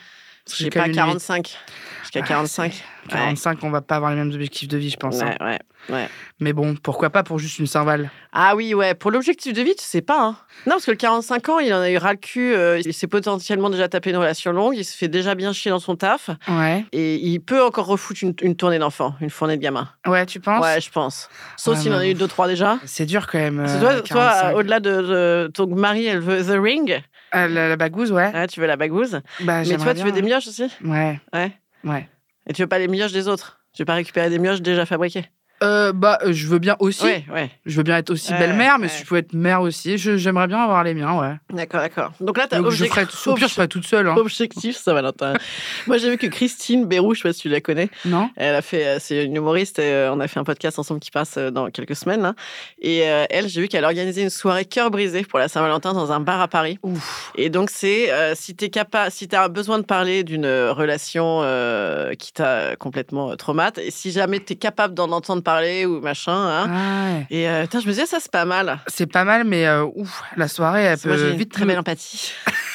[SPEAKER 1] J'ai
[SPEAKER 2] Jusqu'à
[SPEAKER 1] pas
[SPEAKER 2] minuit.
[SPEAKER 1] 45. Jusqu'à
[SPEAKER 2] Ah,
[SPEAKER 1] 45.
[SPEAKER 2] c'est- 45, on va pas avoir les mêmes objectifs de vie, je pense. hein.
[SPEAKER 1] Ouais, ouais.
[SPEAKER 2] Mais bon, pourquoi pas pour juste une Saint-Val
[SPEAKER 1] Ah oui, ouais. Pour l'objectif de vie, tu sais pas. hein. Non, parce que le 45 ans, il en a eu ras le cul. euh, il s'est potentiellement déjà tapé une relation longue. Il se fait déjà bien chier dans son taf.
[SPEAKER 2] Ouais.
[SPEAKER 1] Et il peut encore refoutre une, une tournée d'enfant, une tournée de gamin.
[SPEAKER 2] Ouais, tu penses
[SPEAKER 1] Ouais, je pense. Sauf
[SPEAKER 2] Ouais,
[SPEAKER 1] s'il en a
[SPEAKER 2] mais-
[SPEAKER 1] eu deux, trois déjà.
[SPEAKER 2] C'est dur quand même.
[SPEAKER 1] Parce que
[SPEAKER 2] euh,
[SPEAKER 1] toi, toi,
[SPEAKER 2] 45.
[SPEAKER 1] au-delà de, de- ton mari, elle veut The Ring.
[SPEAKER 2] Ah, la, la bagouze, ouais.
[SPEAKER 1] Ouais, tu veux la bagouze.
[SPEAKER 2] Bah,
[SPEAKER 1] Mais toi,
[SPEAKER 2] j'aimerais
[SPEAKER 1] tu veux
[SPEAKER 2] bien.
[SPEAKER 1] des mioches aussi.
[SPEAKER 2] Ouais.
[SPEAKER 1] Ouais.
[SPEAKER 2] Ouais.
[SPEAKER 1] Et tu veux pas les mioches des autres. Tu veux pas récupérer des mioches déjà fabriquées.
[SPEAKER 2] Euh, bah, euh, je veux bien aussi.
[SPEAKER 1] Ouais, ouais.
[SPEAKER 2] Je veux bien être aussi
[SPEAKER 1] Ouais,
[SPEAKER 2] belle-mère, mais
[SPEAKER 1] ouais.
[SPEAKER 2] si je pouvais être mère aussi, je- j'aimerais bien avoir les miens, ouais.
[SPEAKER 1] D'accord, d'accord. Donc là, t'as
[SPEAKER 2] Donc, je
[SPEAKER 1] objectif.
[SPEAKER 2] ferais, au pire, je ferais toute seule. hein.
[SPEAKER 1] Objectif Saint-Valentin. *laughs* Moi, j'ai vu que Christine Bérou, je sais pas si tu la connais,
[SPEAKER 2] Non
[SPEAKER 1] elle a fait, euh, c'est une humoriste, et, euh, on a fait un podcast ensemble qui passe euh, dans quelques semaines, là. Et euh, elle, j'ai vu qu'elle organisait une soirée cœur brisé pour la Saint-Valentin dans un bar à Paris.
[SPEAKER 2] Ouf.
[SPEAKER 1] Et donc, c'est, euh, si t'es capable, si t'as besoin de parler d'une relation euh, qui t'a complètement euh, traumate, et si jamais t'es capable d'en entendre parler ou machin, hein.
[SPEAKER 2] Ah, ouais.
[SPEAKER 1] Et euh, putain, je me disais, ça, c'est pas mal.
[SPEAKER 2] C'est pas mal, mais euh, ouf, la soirée, elle
[SPEAKER 1] Moi, j'ai
[SPEAKER 2] peut
[SPEAKER 1] une
[SPEAKER 2] vite.
[SPEAKER 1] très belle empathie. *laughs*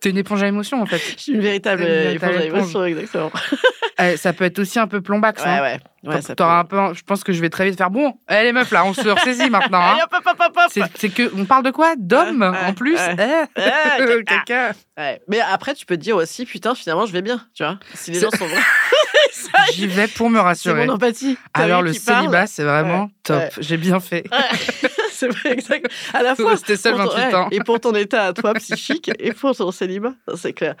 [SPEAKER 2] T'es une éponge à émotion, en fait.
[SPEAKER 1] Je suis une véritable,
[SPEAKER 2] Une
[SPEAKER 1] euh,
[SPEAKER 2] véritable
[SPEAKER 1] éponge à
[SPEAKER 2] éponge.
[SPEAKER 1] émotion,
[SPEAKER 2] *laughs*
[SPEAKER 1] exactement.
[SPEAKER 2] Eh, ça peut être aussi un peu plombax.
[SPEAKER 1] Ouais,
[SPEAKER 2] hein.
[SPEAKER 1] ouais. ouais
[SPEAKER 2] T'auras
[SPEAKER 1] ça
[SPEAKER 2] un peu, je pense que je vais très vite faire bon. Eh, les meufs, là, on se ressaisit maintenant. hein.
[SPEAKER 1] *laughs* Allez, hop, hop, hop, hop, hop.
[SPEAKER 2] C'est c'est que on parle de quoi D'hommes
[SPEAKER 1] Ouais, ouais,
[SPEAKER 2] en plus
[SPEAKER 1] ouais.
[SPEAKER 2] Eh, *laughs*
[SPEAKER 1] Ouais, caca.
[SPEAKER 2] caca.
[SPEAKER 1] Ouais. Mais après, tu peux te dire aussi, putain, finalement, je vais bien, tu vois. Si les gens sont *laughs*
[SPEAKER 2] *laughs*
[SPEAKER 1] vrais, *laughs*
[SPEAKER 2] J'y vais pour me
[SPEAKER 1] c'est
[SPEAKER 2] rassurer.
[SPEAKER 1] mon empathie. T'as
[SPEAKER 2] Alors
[SPEAKER 1] vu
[SPEAKER 2] le
[SPEAKER 1] qui parle
[SPEAKER 2] célibat, c'est vraiment top.
[SPEAKER 1] ouais.
[SPEAKER 2] J'ai bien fait.
[SPEAKER 1] *laughs* Ouais. c'est vrai, exact. À la
[SPEAKER 2] Faut
[SPEAKER 1] fois.
[SPEAKER 2] rester seul
[SPEAKER 1] pour ton-
[SPEAKER 2] 28
[SPEAKER 1] ouais,
[SPEAKER 2] ans.
[SPEAKER 1] Et pour
[SPEAKER 2] *laughs*
[SPEAKER 1] ton état à toi psychique et pour ton célibat, Ça, c'est clair.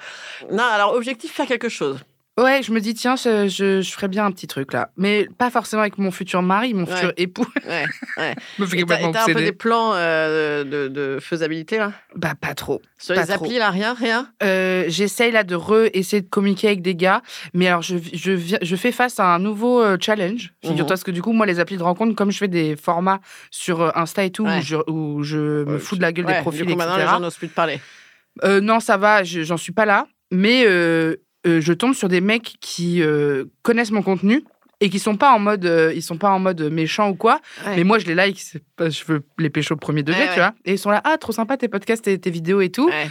[SPEAKER 1] Non, alors objectif, faire quelque chose.
[SPEAKER 2] Ouais, je me dis tiens, je, je, je ferais bien un petit truc là, mais pas forcément avec mon futur mari, mon
[SPEAKER 1] Ouais.
[SPEAKER 2] futur époux.
[SPEAKER 1] Ouais.
[SPEAKER 2] Je *laughs* me fais
[SPEAKER 1] Et t'as
[SPEAKER 2] complètement
[SPEAKER 1] et t'as un peu
[SPEAKER 2] obsédée.
[SPEAKER 1] des plans euh, de, de faisabilité là
[SPEAKER 2] Bah pas trop.
[SPEAKER 1] Sur
[SPEAKER 2] Pas
[SPEAKER 1] les
[SPEAKER 2] trop.
[SPEAKER 1] applis là, rien, rien.
[SPEAKER 2] Euh, J'essaye là de re-essayer de communiquer avec des gars, mais alors je, je, viens- je fais face à un nouveau euh, challenge. Figure-toi,
[SPEAKER 1] Mhm.
[SPEAKER 2] parce que du coup, moi, les applis de rencontre, comme je fais des formats sur euh, Insta et tout,
[SPEAKER 1] Ouais.
[SPEAKER 2] où je, où je me
[SPEAKER 1] Ouais,
[SPEAKER 2] fous de la gueule
[SPEAKER 1] Ouais,
[SPEAKER 2] des profils,
[SPEAKER 1] du coup, maintenant, les
[SPEAKER 2] etc.
[SPEAKER 1] gens n'osent plus te parler.
[SPEAKER 2] Euh, non, ça va, je- j'en suis pas là. Mais euh, euh, je tombe sur des mecs qui euh, connaissent mon contenu et qui sont pas en mode, euh, ils sont pas en mode méchant ou quoi.
[SPEAKER 1] Ouais.
[SPEAKER 2] Mais moi, je les like, c'est pas- je veux les pécho au premier degré,
[SPEAKER 1] Ouais,
[SPEAKER 2] tu
[SPEAKER 1] ouais.
[SPEAKER 2] vois. Et ils sont là, ah, trop sympa tes podcasts et tes vidéos et tout.
[SPEAKER 1] Ouais.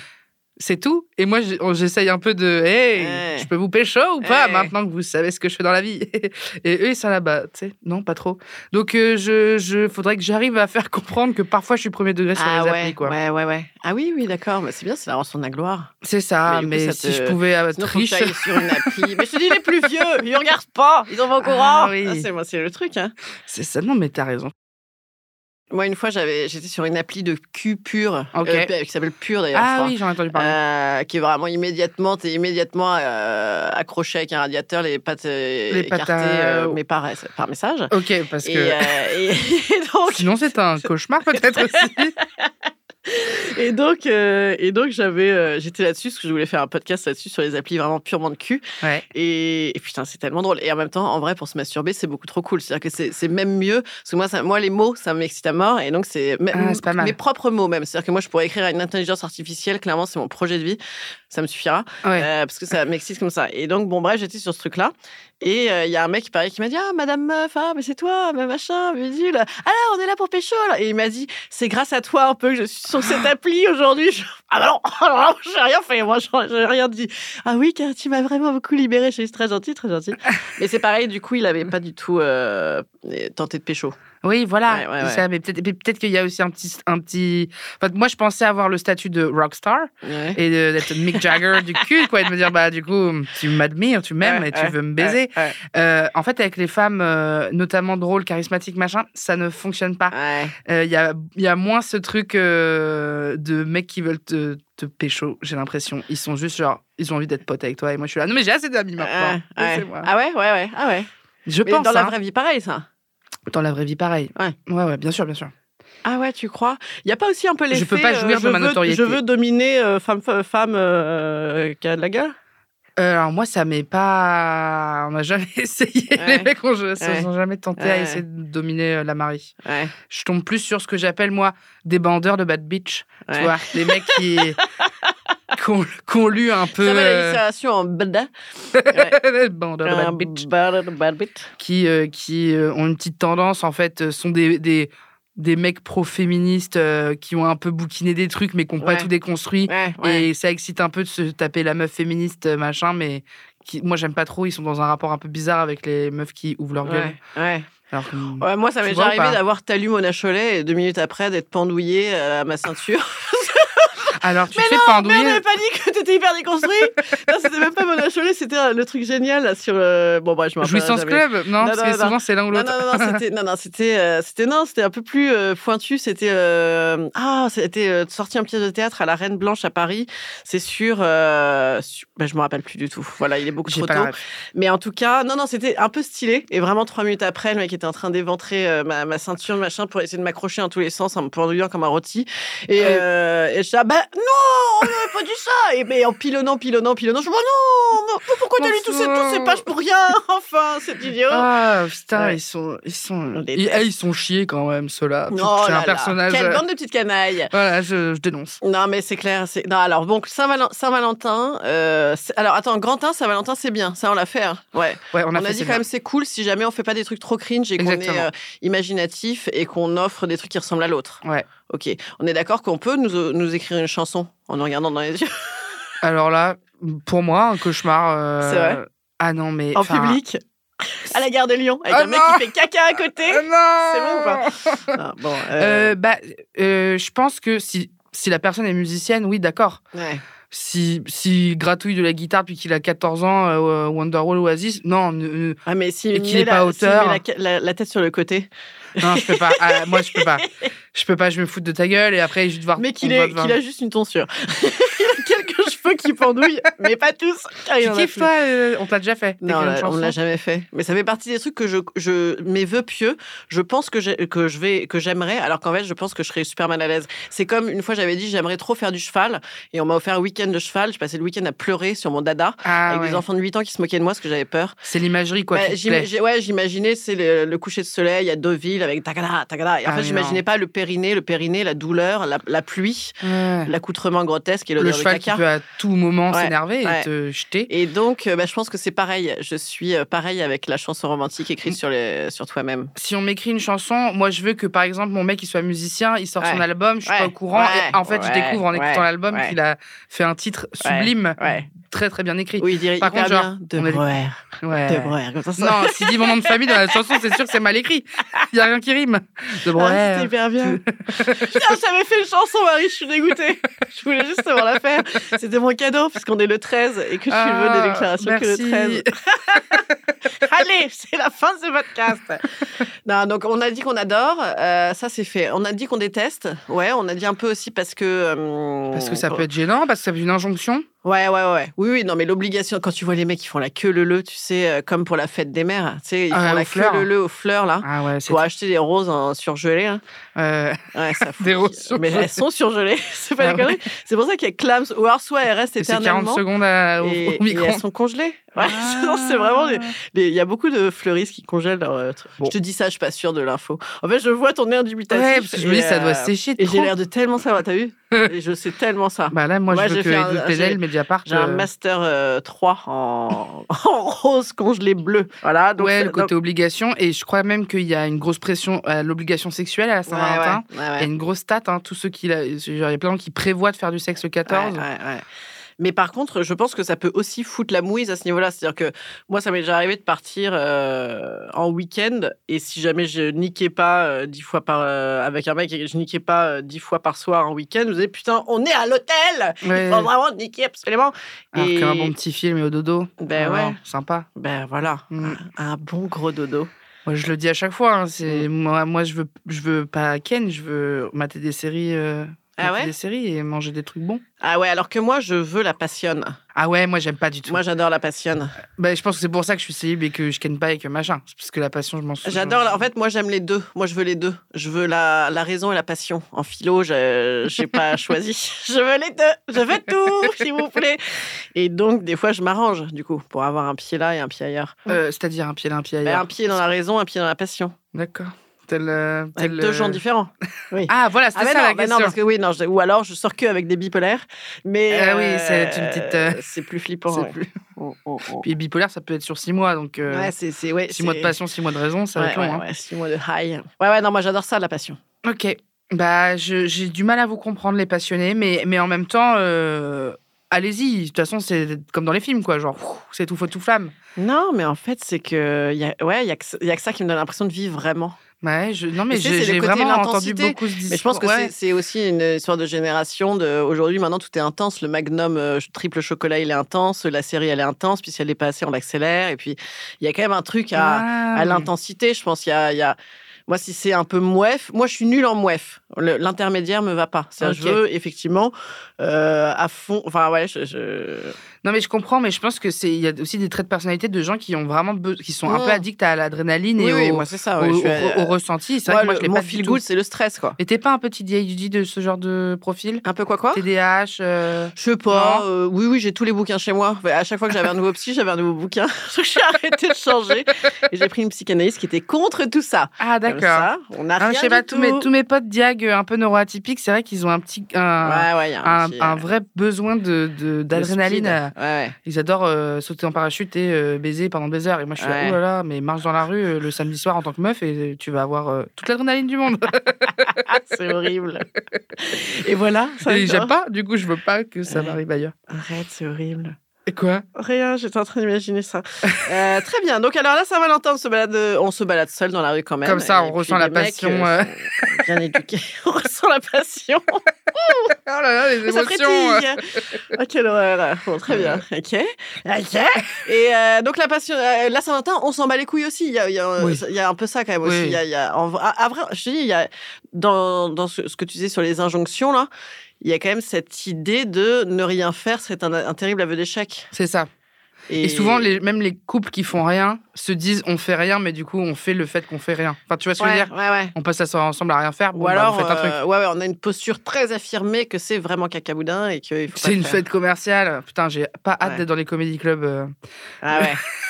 [SPEAKER 2] C'est tout. Et moi, j'ai- on- j'essaye un peu de, hey,
[SPEAKER 1] Ouais.
[SPEAKER 2] je peux vous pécho ou pas
[SPEAKER 1] Ouais.
[SPEAKER 2] maintenant que vous savez ce que je fais dans la vie. *laughs* et eux, ils sont là-bas, tu sais, non, pas trop. Donc, euh, je, je, faudrait que j'arrive à faire *laughs* comprendre que parfois je suis premier degré sur
[SPEAKER 1] Ah
[SPEAKER 2] les
[SPEAKER 1] ouais,
[SPEAKER 2] applis, quoi.
[SPEAKER 1] ouais, ouais, ouais. Ah oui, oui, d'accord. Mais c'est bien, c'est la rançon de la gloire.
[SPEAKER 2] C'est
[SPEAKER 1] Mais
[SPEAKER 2] ça,
[SPEAKER 1] du coup,
[SPEAKER 2] mais,
[SPEAKER 1] ça
[SPEAKER 2] si
[SPEAKER 1] te-
[SPEAKER 2] je pouvais euh, être
[SPEAKER 1] Sinon, faut que
[SPEAKER 2] riche.
[SPEAKER 1] t'ailles sur une appli. Mais je te dis, les plus vieux, ils regardent pas, ils en vont au courant.
[SPEAKER 2] Ah oui.
[SPEAKER 1] Ah, c'est moi, c'est le truc. hein.
[SPEAKER 2] C'est ça, non, mais t'as raison.
[SPEAKER 1] Moi, une fois, j'avais, j'étais sur une appli de cul pur,
[SPEAKER 2] Ok.
[SPEAKER 1] qui s'appelle Pure d'ailleurs. je
[SPEAKER 2] Ah
[SPEAKER 1] crois.
[SPEAKER 2] oui, j'en ai entendu parler.
[SPEAKER 1] Euh, qui est vraiment immédiatement, t'es immédiatement euh, accroché avec un radiateur, les pattes euh,
[SPEAKER 2] Les pattes
[SPEAKER 1] écartées,
[SPEAKER 2] à-
[SPEAKER 1] euh, mais par, par message.
[SPEAKER 2] ok, parce
[SPEAKER 1] Et,
[SPEAKER 2] que.
[SPEAKER 1] euh, *laughs*
[SPEAKER 2] *laughs*
[SPEAKER 1] et- et donc,
[SPEAKER 2] Sinon, c'est un
[SPEAKER 1] *laughs*
[SPEAKER 2] cauchemar peut-être aussi.
[SPEAKER 1] Et donc, euh, et donc j'avais, euh, j'étais là-dessus parce que je voulais faire un podcast là-dessus sur les applis vraiment purement de cul.
[SPEAKER 2] Ouais.
[SPEAKER 1] Et, et putain, c'est tellement drôle. Et en même temps, en vrai, pour se masturber, c'est beaucoup trop cool. C'est-à-dire que c'est, c'est même mieux. Parce que moi, ça, moi, les mots, ça m'excite à mort. Et donc, c'est, me-
[SPEAKER 2] Ah, c'est pas mal.
[SPEAKER 1] mes propres mots même. C'est-à-dire que moi, je pourrais écrire à une intelligence artificielle. Clairement, c'est mon projet de vie. Ça me suffira.
[SPEAKER 2] Ouais.
[SPEAKER 1] Euh, parce que ça m'excite comme ça. Et donc, bon, bref, j'étais sur ce truc-là. Et euh, il y a un mec qui paraît qui m'a dit Ah, madame meuf, ah, mais c'est toi, mais machin, bidule. Alors, on est là pour pécho. alors. Et il m'a dit C'est grâce à toi un peu que je suis sur cette appli aujourd'hui. Je- *laughs* Ah, bah non, alors là, j'ai rien fait. Moi, j'en- j'ai rien dit. Ah oui, car tu m'as vraiment beaucoup libéré. Je suis très gentille, très
[SPEAKER 2] *laughs*
[SPEAKER 1] gentille. Mais c'est pareil, du coup, il avait pas du tout euh, tenté de pécho.
[SPEAKER 2] Oui, voilà.
[SPEAKER 1] Ouais, ouais,
[SPEAKER 2] c'est
[SPEAKER 1] ouais.
[SPEAKER 2] ça, mais peut-être peut qu'il y a aussi un petit. Un petit... Enfin, moi, je pensais avoir le statut de rockstar
[SPEAKER 1] Ouais.
[SPEAKER 2] et de- d'être Mick Jagger du cul, quoi, et de me dire, bah, du coup, tu m'admires, tu m'aimes
[SPEAKER 1] Ouais,
[SPEAKER 2] et tu
[SPEAKER 1] ouais,
[SPEAKER 2] veux me baiser.
[SPEAKER 1] Ouais, ouais.
[SPEAKER 2] Euh, en fait, avec les femmes, euh, notamment drôles, charismatiques, machin, ça ne fonctionne pas.
[SPEAKER 1] Ouais.
[SPEAKER 2] Euh, Il y, a, il y a moins ce truc euh, de mecs qui veulent te, te pécho, j'ai l'impression. Ils sont juste genre, ils ont envie d'être potes avec toi. Et moi, je suis là, non, mais j'ai assez d'amis maintenant.
[SPEAKER 1] Ah, ouais.
[SPEAKER 2] Laissez-moi.
[SPEAKER 1] Ah ouais, ouais, ouais. Ah ouais.
[SPEAKER 2] Je
[SPEAKER 1] Mais
[SPEAKER 2] pense.
[SPEAKER 1] dans la
[SPEAKER 2] hein.
[SPEAKER 1] vraie vie, pareil, ça.
[SPEAKER 2] Dans la vraie vie, pareil.
[SPEAKER 1] Ouais.
[SPEAKER 2] Ouais, ouais, bien sûr, bien sûr.
[SPEAKER 1] Ah ouais, tu crois Il n'y a pas aussi un peu l'effet. euh,
[SPEAKER 2] Je peux pas jouir de
[SPEAKER 1] je
[SPEAKER 2] ma
[SPEAKER 1] veux-
[SPEAKER 2] notoriété.
[SPEAKER 1] Je veux dominer euh, femme, f- femme euh, qui a de la gueule.
[SPEAKER 2] Euh, alors moi, ça m'est pas. On n'a jamais *laughs* essayé.
[SPEAKER 1] Ouais.
[SPEAKER 2] Les mecs, on se
[SPEAKER 1] Ouais.
[SPEAKER 2] sont jamais tentés à
[SPEAKER 1] Ouais.
[SPEAKER 2] essayer de dominer euh, la Marie.
[SPEAKER 1] Ouais.
[SPEAKER 2] Je tombe plus sur ce que j'appelle moi des bandeurs de bad bitch. Tu
[SPEAKER 1] Ouais.
[SPEAKER 2] vois, des mecs
[SPEAKER 1] *laughs*
[SPEAKER 2] qui qui ont- qui ont lu un peu.
[SPEAKER 1] Ça va la
[SPEAKER 2] euh,
[SPEAKER 1] littération en bada.
[SPEAKER 2] *laughs* bandeurs de
[SPEAKER 1] Un
[SPEAKER 2] bad bitch.
[SPEAKER 1] bada de bad bitch.
[SPEAKER 2] qui, euh, qui euh, ont une petite tendance, en fait, euh, sont des, des, des mecs pro-féministes euh, qui ont un peu bouquiné des trucs, mais qui n'ont pas
[SPEAKER 1] Ouais.
[SPEAKER 2] tout déconstruit.
[SPEAKER 1] Ouais, ouais.
[SPEAKER 2] Et ça excite un peu de se taper la meuf féministe, euh, machin, mais qui, moi, j'aime pas trop. Ils sont dans un rapport un peu bizarre avec les meufs qui ouvrent leur gueule.
[SPEAKER 1] Ouais, Oh, ouais.
[SPEAKER 2] Alors que-
[SPEAKER 1] Ouais, moi, ça m'est
[SPEAKER 2] Tu vois
[SPEAKER 1] déjà
[SPEAKER 2] ou
[SPEAKER 1] arrivé
[SPEAKER 2] pas
[SPEAKER 1] d'avoir talu Mona Cholet et deux minutes après d'être pendouillée à ma
[SPEAKER 2] *laughs*
[SPEAKER 1] ceinture.
[SPEAKER 2] *laughs* Alors, tu
[SPEAKER 1] Mais
[SPEAKER 2] te fais
[SPEAKER 1] Mais on
[SPEAKER 2] pendouiller.
[SPEAKER 1] n'avait pas dit que t'étais hyper déconstruit Non, c'était même pas Mona Cholet, c'était euh, le truc génial là, sur le. Bon, bah, je me rappelle.
[SPEAKER 2] Jouissance
[SPEAKER 1] jamais.
[SPEAKER 2] Club Non,
[SPEAKER 1] Non,
[SPEAKER 2] parce
[SPEAKER 1] non,
[SPEAKER 2] que
[SPEAKER 1] non.
[SPEAKER 2] souvent, c'est l'un ou
[SPEAKER 1] Non,
[SPEAKER 2] l'autre.
[SPEAKER 1] non, non, c'était, non, non, c'était, euh, c'était, non, c'était un peu plus euh, pointu. C'était, euh, ah, c'était euh, sorti un pièce de théâtre à la Reine Blanche à Paris. C'est sur, euh, sur- ben, je me rappelle plus du tout. Voilà, il est beaucoup
[SPEAKER 2] J'ai
[SPEAKER 1] trop
[SPEAKER 2] pas la
[SPEAKER 1] tôt.
[SPEAKER 2] ref.
[SPEAKER 1] Mais en tout cas, non, non, c'était un peu stylé. Et vraiment, trois minutes après, le mec était en train d'éventrer euh, ma, ma ceinture, machin, pour essayer de m'accrocher en tous les sens, en me pendouillant comme un rôti. Et, euh, et je dis, ah, ben, non, on n'aurait pas dit ça. Et mais en pilonnant, pilonnant, pilonnant, je dis, oh non, mais pourquoi t'as lu tous ces, toutes ces pages pour rien *laughs* Enfin, c'est idiot.
[SPEAKER 2] Ah, putain,
[SPEAKER 1] Ouais.
[SPEAKER 2] ils sont. Ils sont,
[SPEAKER 1] On
[SPEAKER 2] ils,
[SPEAKER 1] déteste.
[SPEAKER 2] eh, ils sont chiés quand même, ceux-là.
[SPEAKER 1] Oh
[SPEAKER 2] c'est
[SPEAKER 1] là
[SPEAKER 2] un
[SPEAKER 1] là,
[SPEAKER 2] personnage. euh,
[SPEAKER 1] Quelle bande de petites canailles.
[SPEAKER 2] Voilà, je, je dénonce.
[SPEAKER 1] Non, mais c'est clair. C'est... Non, alors, bon, Saint-Valen- Saint-Valentin. euh, c'est- Alors, attends, Grantin, Saint-Valentin, c'est bien. Ça, on l'a fait. hein. Ouais.
[SPEAKER 2] Ouais,
[SPEAKER 1] On
[SPEAKER 2] on
[SPEAKER 1] a,
[SPEAKER 2] a, fait
[SPEAKER 1] dit
[SPEAKER 2] celle-là.
[SPEAKER 1] quand même, c'est cool si jamais on fait pas des trucs trop cringe et qu'on est
[SPEAKER 2] Exactement.
[SPEAKER 1] euh, imaginatif et qu'on offre des trucs qui ressemblent à l'autre.
[SPEAKER 2] Ouais.
[SPEAKER 1] Ok. On est d'accord qu'on peut nous, euh, nous écrire une chanson en nous regardant dans les yeux
[SPEAKER 2] Alors là, pour moi, un cauchemar. euh,
[SPEAKER 1] C'est vrai
[SPEAKER 2] Ah non, mais.
[SPEAKER 1] en
[SPEAKER 2] enfin,
[SPEAKER 1] public à la gare de Lyon avec
[SPEAKER 2] Ah
[SPEAKER 1] un mec
[SPEAKER 2] non
[SPEAKER 1] qui fait caca à côté.
[SPEAKER 2] ah non
[SPEAKER 1] C'est bon ou pas Ah, Bon.
[SPEAKER 2] Euh,
[SPEAKER 1] euh,
[SPEAKER 2] bah, euh, Je pense que si, si la personne est musicienne, oui, d'accord.
[SPEAKER 1] ouais.
[SPEAKER 2] Si, si gratouille de la guitare depuis qu'il a 14 ans, euh, Wonderwall, Oasis, non, ne- ne-
[SPEAKER 1] Ah, mais s'il
[SPEAKER 2] Et qu'il
[SPEAKER 1] met
[SPEAKER 2] est
[SPEAKER 1] la-
[SPEAKER 2] pas
[SPEAKER 1] s'il met la-
[SPEAKER 2] auteur.
[SPEAKER 1] la- la tête sur le côté.
[SPEAKER 2] non, je peux pas. Ah, moi, je peux pas. Je peux pas, je me fous de ta gueule et après, je vais devoir.
[SPEAKER 1] Mais qu'il
[SPEAKER 2] Hein, on va
[SPEAKER 1] est-
[SPEAKER 2] devoir-
[SPEAKER 1] qu'il a juste une tonsure. *laughs* il a quelques cheveux qui pendouillent, mais pas tous. Ah, il
[SPEAKER 2] Tu
[SPEAKER 1] en a
[SPEAKER 2] kiffes,
[SPEAKER 1] plus.
[SPEAKER 2] toi euh, On te l'a déjà fait
[SPEAKER 1] Non,
[SPEAKER 2] t'écris une
[SPEAKER 1] on l'a
[SPEAKER 2] chanson
[SPEAKER 1] jamais fait. Mais ça fait partie des trucs que je, je mes vœux pieux, je pense que j'ai- que je vais que j'aimerais, alors qu'en fait je pense que je serais super mal à l'aise. C'est comme une fois j'avais dit j'aimerais trop faire du cheval et on m'a offert un week-end de cheval. Je passais le week-end à pleurer sur mon dada
[SPEAKER 2] Ah,
[SPEAKER 1] avec
[SPEAKER 2] ouais.
[SPEAKER 1] des enfants de 8 ans qui se moquaient de moi parce que j'avais peur.
[SPEAKER 2] C'est l'imagerie, quoi.
[SPEAKER 1] Bah,
[SPEAKER 2] qui te
[SPEAKER 1] j'im-
[SPEAKER 2] plaît.
[SPEAKER 1] j'ai- ouais, j'imaginais, c'est le, le coucher de soleil à Deauville avec tagada, tagada. Et en
[SPEAKER 2] Ah, mais
[SPEAKER 1] fait, j'imaginais
[SPEAKER 2] non.
[SPEAKER 1] pas le périnée, le périnée, la douleur, la, la pluie,
[SPEAKER 2] Ouais.
[SPEAKER 1] *laughs* l'accoutrement grotesque et
[SPEAKER 2] Le
[SPEAKER 1] l'odeur de
[SPEAKER 2] cheval qui
[SPEAKER 1] caca.
[SPEAKER 2] peut à tout moment
[SPEAKER 1] Ouais,
[SPEAKER 2] s'énerver et
[SPEAKER 1] ouais.
[SPEAKER 2] te jeter.
[SPEAKER 1] Et donc, euh, bah, je pense que c'est pareil. Je suis euh, pareil avec la chanson romantique
[SPEAKER 2] Mm.
[SPEAKER 1] écrite sur, les, sur toi-même.
[SPEAKER 2] si on m'écrit une chanson, moi je veux que par exemple mon mec il soit musicien, il sort son
[SPEAKER 1] Ouais.
[SPEAKER 2] album, je suis
[SPEAKER 1] Ouais.
[SPEAKER 2] pas au courant.
[SPEAKER 1] Ouais.
[SPEAKER 2] et en fait, je
[SPEAKER 1] Ouais.
[SPEAKER 2] découvre en écoutant
[SPEAKER 1] Ouais.
[SPEAKER 2] l'album
[SPEAKER 1] Ouais.
[SPEAKER 2] qu'il a fait un titre sublime,
[SPEAKER 1] Ouais.
[SPEAKER 2] très très bien écrit.
[SPEAKER 1] Oui, il dirait
[SPEAKER 2] Par
[SPEAKER 1] hyper
[SPEAKER 2] contre,
[SPEAKER 1] bien. De
[SPEAKER 2] on est-
[SPEAKER 1] Breuer.
[SPEAKER 2] Ouais.
[SPEAKER 1] De Breuer, comme ça. ça-
[SPEAKER 2] Non, s'il dit mon nom de famille dans la chanson, c'est sûr que c'est mal écrit. Il y a rien qui rime. De
[SPEAKER 1] Ah,
[SPEAKER 2] Breuer.
[SPEAKER 1] c'était hyper bien. *laughs* Putain, j'avais fait une chanson, Marie, je suis dégoûtée. Je voulais juste savoir la faire. C'était mon cadeau, parce qu'on est le 13 et que je suis le vœu
[SPEAKER 2] Ah,
[SPEAKER 1] des déclarations que le
[SPEAKER 2] merci.
[SPEAKER 1] 13. *laughs* Allez, c'est la fin de ce podcast. non, donc on a dit qu'on adore, euh, ça c'est fait. On a dit qu'on déteste, ouais, on a dit un peu aussi parce que. euh,
[SPEAKER 2] Parce que ça peut être gênant, parce que ça peut être une injonction.
[SPEAKER 1] Ouais, ouais, ouais. Oui, oui, non, mais l'obligation, quand tu vois les mecs qui font la queue le le, tu sais, euh, comme pour la fête des mères, tu sais, ils
[SPEAKER 2] Ah,
[SPEAKER 1] font
[SPEAKER 2] aux
[SPEAKER 1] la
[SPEAKER 2] fleurs.
[SPEAKER 1] queue le le aux fleurs, là.
[SPEAKER 2] Ah ouais, c'est.
[SPEAKER 1] Pour acheter des roses en surgelées. hein.
[SPEAKER 2] Euh,
[SPEAKER 1] Ouais,
[SPEAKER 2] *laughs*
[SPEAKER 1] ça fout.
[SPEAKER 2] Des roses
[SPEAKER 1] Mais
[SPEAKER 2] surgelées.
[SPEAKER 1] elles sont surgelées, *laughs* c'est pas
[SPEAKER 2] Ah
[SPEAKER 1] des conneries. C'est pour ça qu'il y a clams, ou alors soit elles restent
[SPEAKER 2] c'est 40
[SPEAKER 1] éternellement.
[SPEAKER 2] secondes à- au,
[SPEAKER 1] Et,
[SPEAKER 2] au
[SPEAKER 1] et
[SPEAKER 2] micro. Ah.
[SPEAKER 1] elles sont
[SPEAKER 2] *laughs*
[SPEAKER 1] congelées. Ouais, *laughs* non, c'est vraiment. des- des- Il y a beaucoup de fleuristes qui congèlent leurs euh, trucs.
[SPEAKER 2] Bon.
[SPEAKER 1] Je te dis ça, je suis pas sûre de l'info. En fait, je vois ton air dubitatif.
[SPEAKER 2] Ouais, parce que je me
[SPEAKER 1] et,
[SPEAKER 2] dis, ça doit
[SPEAKER 1] euh,
[SPEAKER 2] sécher.
[SPEAKER 1] Et j'ai
[SPEAKER 2] trop.
[SPEAKER 1] l'air de tellement savoir, t'as
[SPEAKER 2] *laughs*
[SPEAKER 1] vu Et je sais tellement ça.
[SPEAKER 2] Bah là, moi,
[SPEAKER 1] Moi,
[SPEAKER 2] je
[SPEAKER 1] j'ai
[SPEAKER 2] veux que
[SPEAKER 1] fait un-
[SPEAKER 2] Edwin
[SPEAKER 1] j'ai-
[SPEAKER 2] Pedel, Mediapart.
[SPEAKER 1] J'ai un
[SPEAKER 2] euh,
[SPEAKER 1] master euh, 3 en, *laughs* en rose congelé bleu. Voilà, donc
[SPEAKER 2] ouais,
[SPEAKER 1] ça-
[SPEAKER 2] le côté obligation. Et je crois même qu'il y a une grosse pression à l'obligation sexuelle à la
[SPEAKER 1] donc- Ouais,
[SPEAKER 2] Saint-Valentin.
[SPEAKER 1] ouais, ouais, ouais.
[SPEAKER 2] Il y a une grosse stat. Hein, tous ceux qui la- genre, il y a plein de gens qui prévoient de faire du sexe le 14.
[SPEAKER 1] Ouais, ouais, ouais. Mais par contre, je pense que ça peut aussi foutre la mouise à ce niveau-là. C'est-à-dire que moi, ça m'est déjà arrivé de partir euh, en week-end et si jamais je niquais pas euh, dix fois par euh, avec un mec et que je niquais pas euh, dix fois par soir en week-end, vous dites putain, on est à l'hôtel.
[SPEAKER 2] Ouais.
[SPEAKER 1] Il faut vraiment niquer absolument.
[SPEAKER 2] Alors
[SPEAKER 1] Et-
[SPEAKER 2] qu'un bon petit film et au dodo.
[SPEAKER 1] Ben
[SPEAKER 2] Alors,
[SPEAKER 1] ouais.
[SPEAKER 2] Sympa.
[SPEAKER 1] Ben voilà,
[SPEAKER 2] Mm.
[SPEAKER 1] un bon gros dodo.
[SPEAKER 2] Moi, je le
[SPEAKER 1] Mm.
[SPEAKER 2] dis à chaque fois. hein, c'est moi, moi, je veux, je veux pas Ken. Je veux mater des séries. euh,
[SPEAKER 1] Ah
[SPEAKER 2] mater
[SPEAKER 1] ouais
[SPEAKER 2] des séries et manger des trucs bons.
[SPEAKER 1] Ah ouais, alors que moi, je veux la passionne.
[SPEAKER 2] Ah ouais, moi j'aime pas du tout.
[SPEAKER 1] Moi, j'adore la passionne.
[SPEAKER 2] Bah, je pense que c'est pour ça que je suis célib et que je ken pas et que machin. C'est parce que la passion, je m'en souviens.
[SPEAKER 1] J'adore. la- En fait, moi, j'aime les deux. Moi, je veux les deux. Je veux la, la raison et la passion. En philo, je j'ai
[SPEAKER 2] *laughs*
[SPEAKER 1] pas choisi. Je veux les deux. Je veux tout, s'il vous plaît. Et donc, des fois, je m'arrange, du coup, pour avoir un pied là et un pied ailleurs.
[SPEAKER 2] Euh, C'est-à-dire un pied là, un pied
[SPEAKER 1] Ben,
[SPEAKER 2] ailleurs.
[SPEAKER 1] un pied dans la raison, un pied dans la passion.
[SPEAKER 2] D'accord. Tel, euh,
[SPEAKER 1] Avec
[SPEAKER 2] tel,
[SPEAKER 1] deux
[SPEAKER 2] euh,
[SPEAKER 1] gens différents.
[SPEAKER 2] Ah voilà, c'était
[SPEAKER 1] Ah ben
[SPEAKER 2] ça
[SPEAKER 1] non,
[SPEAKER 2] la
[SPEAKER 1] ben
[SPEAKER 2] question.
[SPEAKER 1] non, parce que oui, non, je- ou alors je sors que avec des bipolaires. Mais
[SPEAKER 2] Ah oui, c'est une petite, euh,
[SPEAKER 1] C'est plus flippant.
[SPEAKER 2] C'est
[SPEAKER 1] ouais.
[SPEAKER 2] plus-
[SPEAKER 1] Oh, oh, oh.
[SPEAKER 2] Puis bipolaire, ça peut être sur six mois, donc euh,
[SPEAKER 1] Ouais, c'est c'est- ouais,
[SPEAKER 2] six mois de
[SPEAKER 1] c'est-
[SPEAKER 2] passion, six mois de raison, ça va
[SPEAKER 1] Ouais,
[SPEAKER 2] être long.
[SPEAKER 1] ouais,
[SPEAKER 2] hein.
[SPEAKER 1] ouais, six mois de high. Ouais, ouais, non, moi j'adore ça, la passion.
[SPEAKER 2] Ok. Bah, je- j'ai du mal à vous comprendre, les passionnés, mais, mais en même temps, euh, allez-y. De toute façon, c'est comme dans les films, quoi. Genre, pff, c'est tout feu, tout flamme.
[SPEAKER 1] Non, mais en fait, c'est que y a, ouais, il y a, que ça- y a que ça qui me donne l'impression de vivre vraiment.
[SPEAKER 2] Ouais, je, non,
[SPEAKER 1] Mais
[SPEAKER 2] mais
[SPEAKER 1] tu sais,
[SPEAKER 2] j'ai
[SPEAKER 1] c'est le
[SPEAKER 2] j'ai
[SPEAKER 1] côté
[SPEAKER 2] vraiment entendu
[SPEAKER 1] l'intensité.
[SPEAKER 2] beaucoup ce discours.
[SPEAKER 1] Mais je pense que
[SPEAKER 2] Ouais.
[SPEAKER 1] c'est- c'est aussi une histoire de génération. De aujourd'hui, maintenant, tout est intense. Le Magnum euh, triple chocolat, il est intense. La série, elle est intense. Puis si elle n'est pas assez, on l'accélère. Et puis il y a quand même un truc à,
[SPEAKER 2] Ah,
[SPEAKER 1] à l'intensité. Je pense qu'il y a, il y a- Moi, si c'est un peu mouef, moi, je suis nulle en mouef. Le- L'intermédiaire me va pas. C'est-à-dire,
[SPEAKER 2] Ok.
[SPEAKER 1] Je veux effectivement euh, à fond. Enfin, ouais, je. je-
[SPEAKER 2] Non, mais je comprends, mais je pense que c'est il y a aussi des traits de personnalité de gens qui ont vraiment be- qui sont un
[SPEAKER 1] Mm.
[SPEAKER 2] peu addicts à l'adrénaline
[SPEAKER 1] Oui,
[SPEAKER 2] et
[SPEAKER 1] oui,
[SPEAKER 2] au,
[SPEAKER 1] moi, c'est ça. ouais,
[SPEAKER 2] au-
[SPEAKER 1] je suis- euh,
[SPEAKER 2] au- au ressenti. C'est vrai
[SPEAKER 1] moi,
[SPEAKER 2] que moi,
[SPEAKER 1] le-
[SPEAKER 2] je l'ai
[SPEAKER 1] mon
[SPEAKER 2] pas
[SPEAKER 1] feel
[SPEAKER 2] du tout.
[SPEAKER 1] good, c'est le stress, quoi.
[SPEAKER 2] Mais t'es pas un petit DID de ce genre de profil
[SPEAKER 1] Un peu quoi, quoi
[SPEAKER 2] TDAH euh,
[SPEAKER 1] Je sais pas. euh, oui, oui, j'ai tous les bouquins chez moi. Enfin, À chaque fois que j'avais un nouveau psy, j'avais un nouveau bouquin. *laughs* Donc, j'ai arrêté de changer. Et j'ai pris une psychanalyste qui était contre tout ça. Comme
[SPEAKER 2] Ah, d'accord.
[SPEAKER 1] ça, On a
[SPEAKER 2] Ah,
[SPEAKER 1] rien
[SPEAKER 2] je sais
[SPEAKER 1] du
[SPEAKER 2] pas,
[SPEAKER 1] tout.
[SPEAKER 2] tous mes, tous mes potes diag euh, un peu neuroatypiques, c'est vrai qu'ils ont un petit. Un,
[SPEAKER 1] Ouais, ouais, il y a un,
[SPEAKER 2] un,
[SPEAKER 1] petit,
[SPEAKER 2] un
[SPEAKER 1] euh,
[SPEAKER 2] vrai besoin d'adrénaline. De,
[SPEAKER 1] speed.
[SPEAKER 2] d'adrénaline. euh,
[SPEAKER 1] Ouais,
[SPEAKER 2] Ils adorent euh, sauter en parachute et euh, baiser pendant des heures. Et moi, je suis là,
[SPEAKER 1] Ouais.
[SPEAKER 2] oh là là, mais marche dans la rue euh, le samedi soir en tant que meuf et tu vas avoir euh, toute l'adrénaline du *laughs* monde.
[SPEAKER 1] ouais. Ah, c'est horrible. Et voilà. ça,
[SPEAKER 2] et
[SPEAKER 1] toi.
[SPEAKER 2] j'aime pas, du coup, je veux pas que ça
[SPEAKER 1] Ouais.
[SPEAKER 2] m'arrive ailleurs.
[SPEAKER 1] Arrête, c'est horrible.
[SPEAKER 2] Et quoi
[SPEAKER 1] Rien, j'étais en train d'imaginer ça. Euh, très bien. Donc alors là, Saint-Valentin, on se balade, on se balade seul dans la rue quand même.
[SPEAKER 2] Comme ça, on
[SPEAKER 1] puis
[SPEAKER 2] ressent
[SPEAKER 1] les
[SPEAKER 2] la
[SPEAKER 1] mecs,
[SPEAKER 2] passion,
[SPEAKER 1] euh,
[SPEAKER 2] euh.
[SPEAKER 1] sont bien éduqués. *laughs* on ressent la passion.
[SPEAKER 2] Oh là là, les
[SPEAKER 1] Ça
[SPEAKER 2] émotions euh.
[SPEAKER 1] frétille. *laughs* Ah, quelle horreur. Bon, très bien. OK. OK. Et euh, donc, la passion, euh, la Saint-Valentin, on s'en bat les couilles aussi. Il y a, il y a, euh,
[SPEAKER 2] Oui.
[SPEAKER 1] il y a un peu ça quand même
[SPEAKER 2] Oui.
[SPEAKER 1] aussi. Il y a, il y a- en- à- à vrai- ah, je te dis, il y a, dans, dans ce, ce que tu disais sur les injonctions, là, il y a quand même cette idée de ne rien faire, c'est un, un terrible aveu d'échec.
[SPEAKER 2] C'est ça. Et souvent, les, même les couples qui font rien se disent on fait rien, mais du coup, on fait le fait qu'on fait rien. Enfin, tu vois ce que je
[SPEAKER 1] Ouais,
[SPEAKER 2] veux dire
[SPEAKER 1] ouais, ouais.
[SPEAKER 2] On passe la soirée ensemble à rien faire, bon,
[SPEAKER 1] Ou
[SPEAKER 2] bah,
[SPEAKER 1] alors,
[SPEAKER 2] vous faites un truc.
[SPEAKER 1] euh, ouais, ouais, on a une posture très affirmée que c'est vraiment cacaboudin et que il faut pas
[SPEAKER 2] C'est
[SPEAKER 1] le
[SPEAKER 2] une
[SPEAKER 1] faire.
[SPEAKER 2] fête commerciale. Putain, j'ai pas hâte
[SPEAKER 1] Ouais.
[SPEAKER 2] d'être dans les comédie clubs euh, *laughs*
[SPEAKER 1] Ah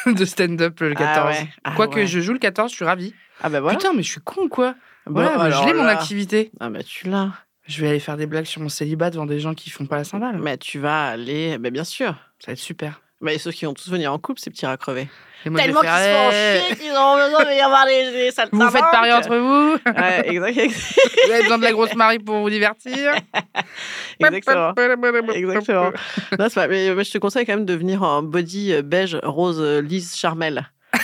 [SPEAKER 1] ouais.
[SPEAKER 2] de stand-up euh, le 14.
[SPEAKER 1] Ah ouais. Ah
[SPEAKER 2] Quoique
[SPEAKER 1] ouais.
[SPEAKER 2] je joue le 14, je suis ravie.
[SPEAKER 1] Ah bah voilà.
[SPEAKER 2] Putain, mais je suis con, quoi.
[SPEAKER 1] Bon,
[SPEAKER 2] voilà, mais je
[SPEAKER 1] alors
[SPEAKER 2] l'ai mon
[SPEAKER 1] là.
[SPEAKER 2] activité.
[SPEAKER 1] Ah bah tu l'as.
[SPEAKER 2] Je vais aller faire des blagues sur mon célibat devant des gens qui font pas la cymbale.
[SPEAKER 1] Mais tu vas aller, mais bien sûr.
[SPEAKER 2] Ça va être super.
[SPEAKER 1] Mais ceux qui vont tous venir en couple, ces petits racrevés.
[SPEAKER 2] Et moi, je vais
[SPEAKER 1] Tellement qu'ils
[SPEAKER 2] faire,
[SPEAKER 1] se
[SPEAKER 2] Eh,
[SPEAKER 1] font chier qu'ils ont besoin de y avoir des, des
[SPEAKER 2] Vous vous faites parier entre vous.
[SPEAKER 1] Ouais,
[SPEAKER 2] *laughs*
[SPEAKER 1] exact, ex-
[SPEAKER 2] Vous avez besoin de la grosse Marie pour
[SPEAKER 1] *laughs*
[SPEAKER 2] vous divertir.
[SPEAKER 1] exactement. Exactement. Non, c'est pas- mais, mais je te conseille quand même de venir en body euh, beige rose euh, lisse charmel. *laughs*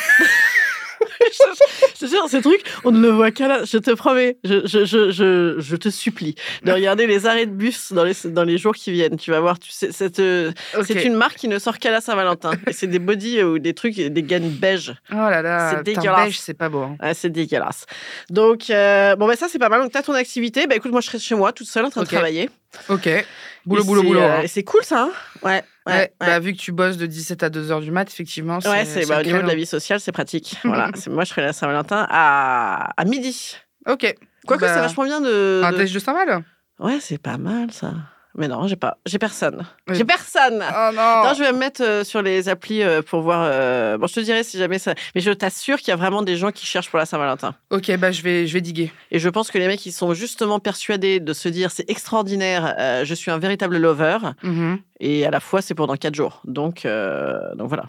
[SPEAKER 1] je te jure, ces trucs, on ne le voit qu'à là. Je te promets, je, je, je, je, je te supplie de regarder les arrêts de bus dans les, dans les jours qui viennent. Tu vas voir, tu sais, cette, euh,
[SPEAKER 2] Ok.
[SPEAKER 1] c'est une marque qui ne sort qu'à la Saint-Valentin. Et c'est des body euh, ou des trucs, des gaines beige.
[SPEAKER 2] Oh là là.
[SPEAKER 1] C'est
[SPEAKER 2] putain,
[SPEAKER 1] dégueulasse.
[SPEAKER 2] beige, c'est pas beau. hein.
[SPEAKER 1] Ah, c'est dégueulasse. Donc, euh, bon, bah, ça, c'est pas mal. Donc, t'as ton activité. Bah, écoute, moi, je serai chez moi, toute seule, en train
[SPEAKER 2] Ok.
[SPEAKER 1] de travailler.
[SPEAKER 2] Ok. Boulot,
[SPEAKER 1] Et
[SPEAKER 2] boulot,
[SPEAKER 1] c'est,
[SPEAKER 2] boulot.
[SPEAKER 1] euh,
[SPEAKER 2] hein.
[SPEAKER 1] et c'est cool, ça. hein ouais. Ouais.
[SPEAKER 2] Ouais,
[SPEAKER 1] ouais.
[SPEAKER 2] Bah, vu que tu bosses de 17 à 2 heures du mat, effectivement, c'est
[SPEAKER 1] Ouais, c'est, bah,
[SPEAKER 2] le
[SPEAKER 1] au niveau de
[SPEAKER 2] créneau.
[SPEAKER 1] la vie sociale, c'est
[SPEAKER 2] *laughs*
[SPEAKER 1] pratique. voilà. C'est, moi, je serai à la Saint-Valentin à, à midi.
[SPEAKER 2] Ok.
[SPEAKER 1] Quoique,
[SPEAKER 2] Bah,
[SPEAKER 1] c'est vachement bien de.
[SPEAKER 2] Un
[SPEAKER 1] de-
[SPEAKER 2] déj de cymbale
[SPEAKER 1] Ouais, c'est pas mal, ça. Mais non, j'ai pas. J'ai personne.
[SPEAKER 2] Oui.
[SPEAKER 1] J'ai personne!
[SPEAKER 2] Oh non.
[SPEAKER 1] Ah. Non, je vais me mettre euh, sur les applis euh, pour voir. euh, Bon, je te dirai si jamais ça. Mais je t'assure qu'il y a vraiment des gens qui cherchent pour la Saint-Valentin.
[SPEAKER 2] Ok, bah je vais, je vais diguer.
[SPEAKER 1] Et je pense que les mecs, ils sont justement persuadés de se dire c'est extraordinaire, euh, je suis un véritable lover,
[SPEAKER 2] Mhm.
[SPEAKER 1] et à la fois c'est pendant quatre jours. Donc, euh, donc voilà.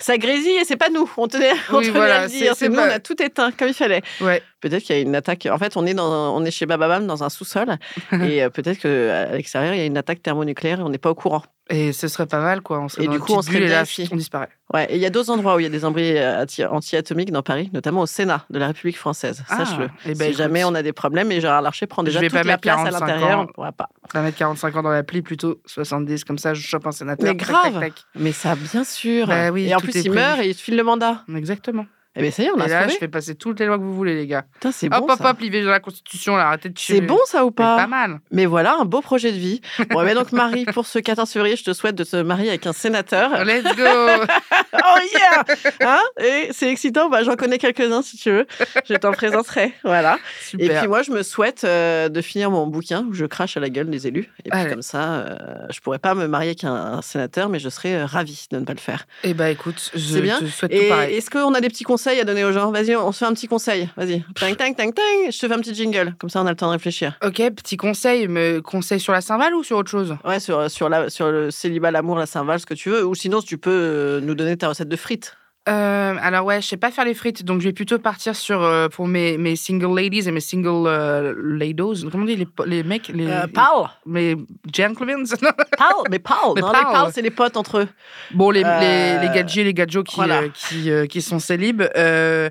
[SPEAKER 1] Ça grésille et c'est pas nous, on tenait, *laughs* on
[SPEAKER 2] Oui,
[SPEAKER 1] tenait
[SPEAKER 2] voilà,
[SPEAKER 1] à le
[SPEAKER 2] c'est-
[SPEAKER 1] dire.
[SPEAKER 2] c'est
[SPEAKER 1] C'est hein. nous,
[SPEAKER 2] pas-
[SPEAKER 1] on a tout éteint comme il fallait.
[SPEAKER 2] Ouais.
[SPEAKER 1] Peut-être qu'il y a une attaque. En fait, on est, dans, on est chez Bababam dans un
[SPEAKER 2] *laughs*
[SPEAKER 1] sous-sol, et euh, peut-être qu'à l'extérieur, il y a une attaque thermonucléaire et on n'est pas au courant.
[SPEAKER 2] Et ce serait pas mal, quoi. On serait
[SPEAKER 1] Et
[SPEAKER 2] dans
[SPEAKER 1] du
[SPEAKER 2] une
[SPEAKER 1] coup, on
[SPEAKER 2] petite
[SPEAKER 1] serait
[SPEAKER 2] bulle et
[SPEAKER 1] bien
[SPEAKER 2] là,
[SPEAKER 1] ici.
[SPEAKER 2] chut, on disparaît.
[SPEAKER 1] Ouais, et il y a d'autres endroits où il y a des embris euh, anti- anti-atomiques dans Paris, notamment au Sénat de la République française.
[SPEAKER 2] Ah,
[SPEAKER 1] Sache-le.
[SPEAKER 2] eh ben,
[SPEAKER 1] si
[SPEAKER 2] écoute.
[SPEAKER 1] jamais on a des problèmes, et Gérard Larcher prend
[SPEAKER 2] Je
[SPEAKER 1] déjà
[SPEAKER 2] vais
[SPEAKER 1] toute
[SPEAKER 2] pas
[SPEAKER 1] la
[SPEAKER 2] mettre
[SPEAKER 1] place à
[SPEAKER 2] 45
[SPEAKER 1] l'intérieur,
[SPEAKER 2] ans.
[SPEAKER 1] on ne pourra pas.
[SPEAKER 2] Ça va mettre 45 ans dans l'appli, plutôt 70, comme ça, je chope un sénateur.
[SPEAKER 1] Mais
[SPEAKER 2] tac,
[SPEAKER 1] grave.
[SPEAKER 2] tac, tac.
[SPEAKER 1] Mais ça, bien sûr.
[SPEAKER 2] Bah oui,
[SPEAKER 1] et en
[SPEAKER 2] tout
[SPEAKER 1] plus,
[SPEAKER 2] est
[SPEAKER 1] il
[SPEAKER 2] prévu.
[SPEAKER 1] meurt et il te file le mandat.
[SPEAKER 2] Exactement.
[SPEAKER 1] Eh bien, ça y est, on a
[SPEAKER 2] Et là,
[SPEAKER 1] trouvé.
[SPEAKER 2] je fais passer toutes les lois que vous voulez, les gars.
[SPEAKER 1] Putain, c'est
[SPEAKER 2] hop,
[SPEAKER 1] bon.
[SPEAKER 2] hop,
[SPEAKER 1] ça.
[SPEAKER 2] hop, l'IVG dans la Constitution, là, arrêtez de
[SPEAKER 1] C'est bon ça ou
[SPEAKER 2] C'est
[SPEAKER 1] pas
[SPEAKER 2] pas mal.
[SPEAKER 1] Mais voilà un beau projet de vie. Bon, mais donc Marie, pour ce 14 février, je te souhaite de te marier avec un
[SPEAKER 2] *laughs*
[SPEAKER 1] sénateur.
[SPEAKER 2] Let's
[SPEAKER 1] *laughs*
[SPEAKER 2] go
[SPEAKER 1] Oh yeah Hein Et c'est excitant, bah, j'en connais quelques-uns si tu veux. Je t'en présenterai. Voilà. Et
[SPEAKER 2] Super.
[SPEAKER 1] puis moi, je me souhaite euh, de finir mon bouquin où je crache à la gueule des élus. Et puis
[SPEAKER 2] Allez.
[SPEAKER 1] comme ça, euh, je pourrais pas me marier avec un, un sénateur, mais je serais euh, ravie de ne pas le faire.
[SPEAKER 2] Eh ben, écoute, je
[SPEAKER 1] C'est bien.
[SPEAKER 2] te souhaite Bah, tout
[SPEAKER 1] Et
[SPEAKER 2] pareil.
[SPEAKER 1] est-ce qu'on a des petits conseils à donner aux gens Vas-y, on se fait un petit conseil. Vas-y. Tang, tang, tang, tang. Je te fais un petit jingle. Comme ça, on a le temps de réfléchir.
[SPEAKER 2] Ok, petit conseil, mais conseil sur la cymbale ou sur autre chose
[SPEAKER 1] Ouais, sur, euh, sur, la, sur le célibat, l'amour, la Saint-Val, ce que tu veux. Ou sinon, tu peux euh, nous donner ta recette de frites.
[SPEAKER 2] Euh, alors ouais, je sais pas faire les frites, donc je vais plutôt partir sur euh, pour mes, mes single ladies et mes single euh, lados. Comment on dit les, po- les mecs les,
[SPEAKER 1] Euh, Paul
[SPEAKER 2] Mes gentlemen
[SPEAKER 1] Paul Mais Paul
[SPEAKER 2] Mais
[SPEAKER 1] Non,
[SPEAKER 2] Paul.
[SPEAKER 1] les Paul, c'est les potes entre eux.
[SPEAKER 2] Bon, les,
[SPEAKER 1] Euh,
[SPEAKER 2] les, les gadgets et les gadgets qui,
[SPEAKER 1] voilà.
[SPEAKER 2] euh, qui, euh, qui sont célibes, euh,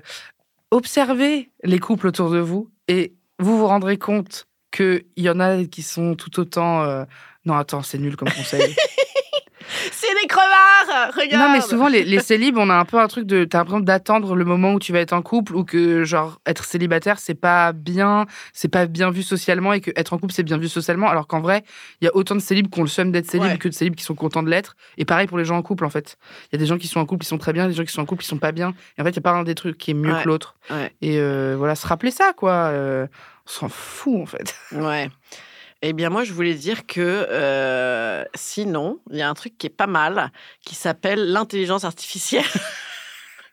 [SPEAKER 2] observez les couples autour de vous et vous vous rendrez compte qu'il y en a qui sont tout autant... euh, Non, attends, c'est nul comme conseil.
[SPEAKER 1] C'est des crevards Regarde
[SPEAKER 2] Non, mais souvent, les, les célibes, on a un peu un truc de. T'as l'impression d'attendre le moment où tu vas être en couple ou que, genre, être célibataire, c'est pas bien, c'est pas bien vu socialement et que être en couple, c'est bien vu socialement. Alors qu'en vrai, il y a autant de célibes qui ont le seum d'être célibes
[SPEAKER 1] Ouais.
[SPEAKER 2] que de célibes qui sont contents de l'être. Et pareil pour les gens en couple, en fait. Il y a des gens qui sont en couple, ils sont très bien, des gens qui sont en couple, ils sont pas bien. Et en fait, il y a pas un des trucs qui est mieux
[SPEAKER 1] Ouais.
[SPEAKER 2] que l'autre.
[SPEAKER 1] Ouais.
[SPEAKER 2] Et euh, voilà, se rappeler ça, quoi. Euh, on s'en fout,
[SPEAKER 1] *laughs*
[SPEAKER 2] en fait.
[SPEAKER 1] Ouais. Eh bien, moi, je voulais dire que euh, sinon, il y a un truc qui est pas mal, qui s'appelle l'intelligence artificielle. *laughs*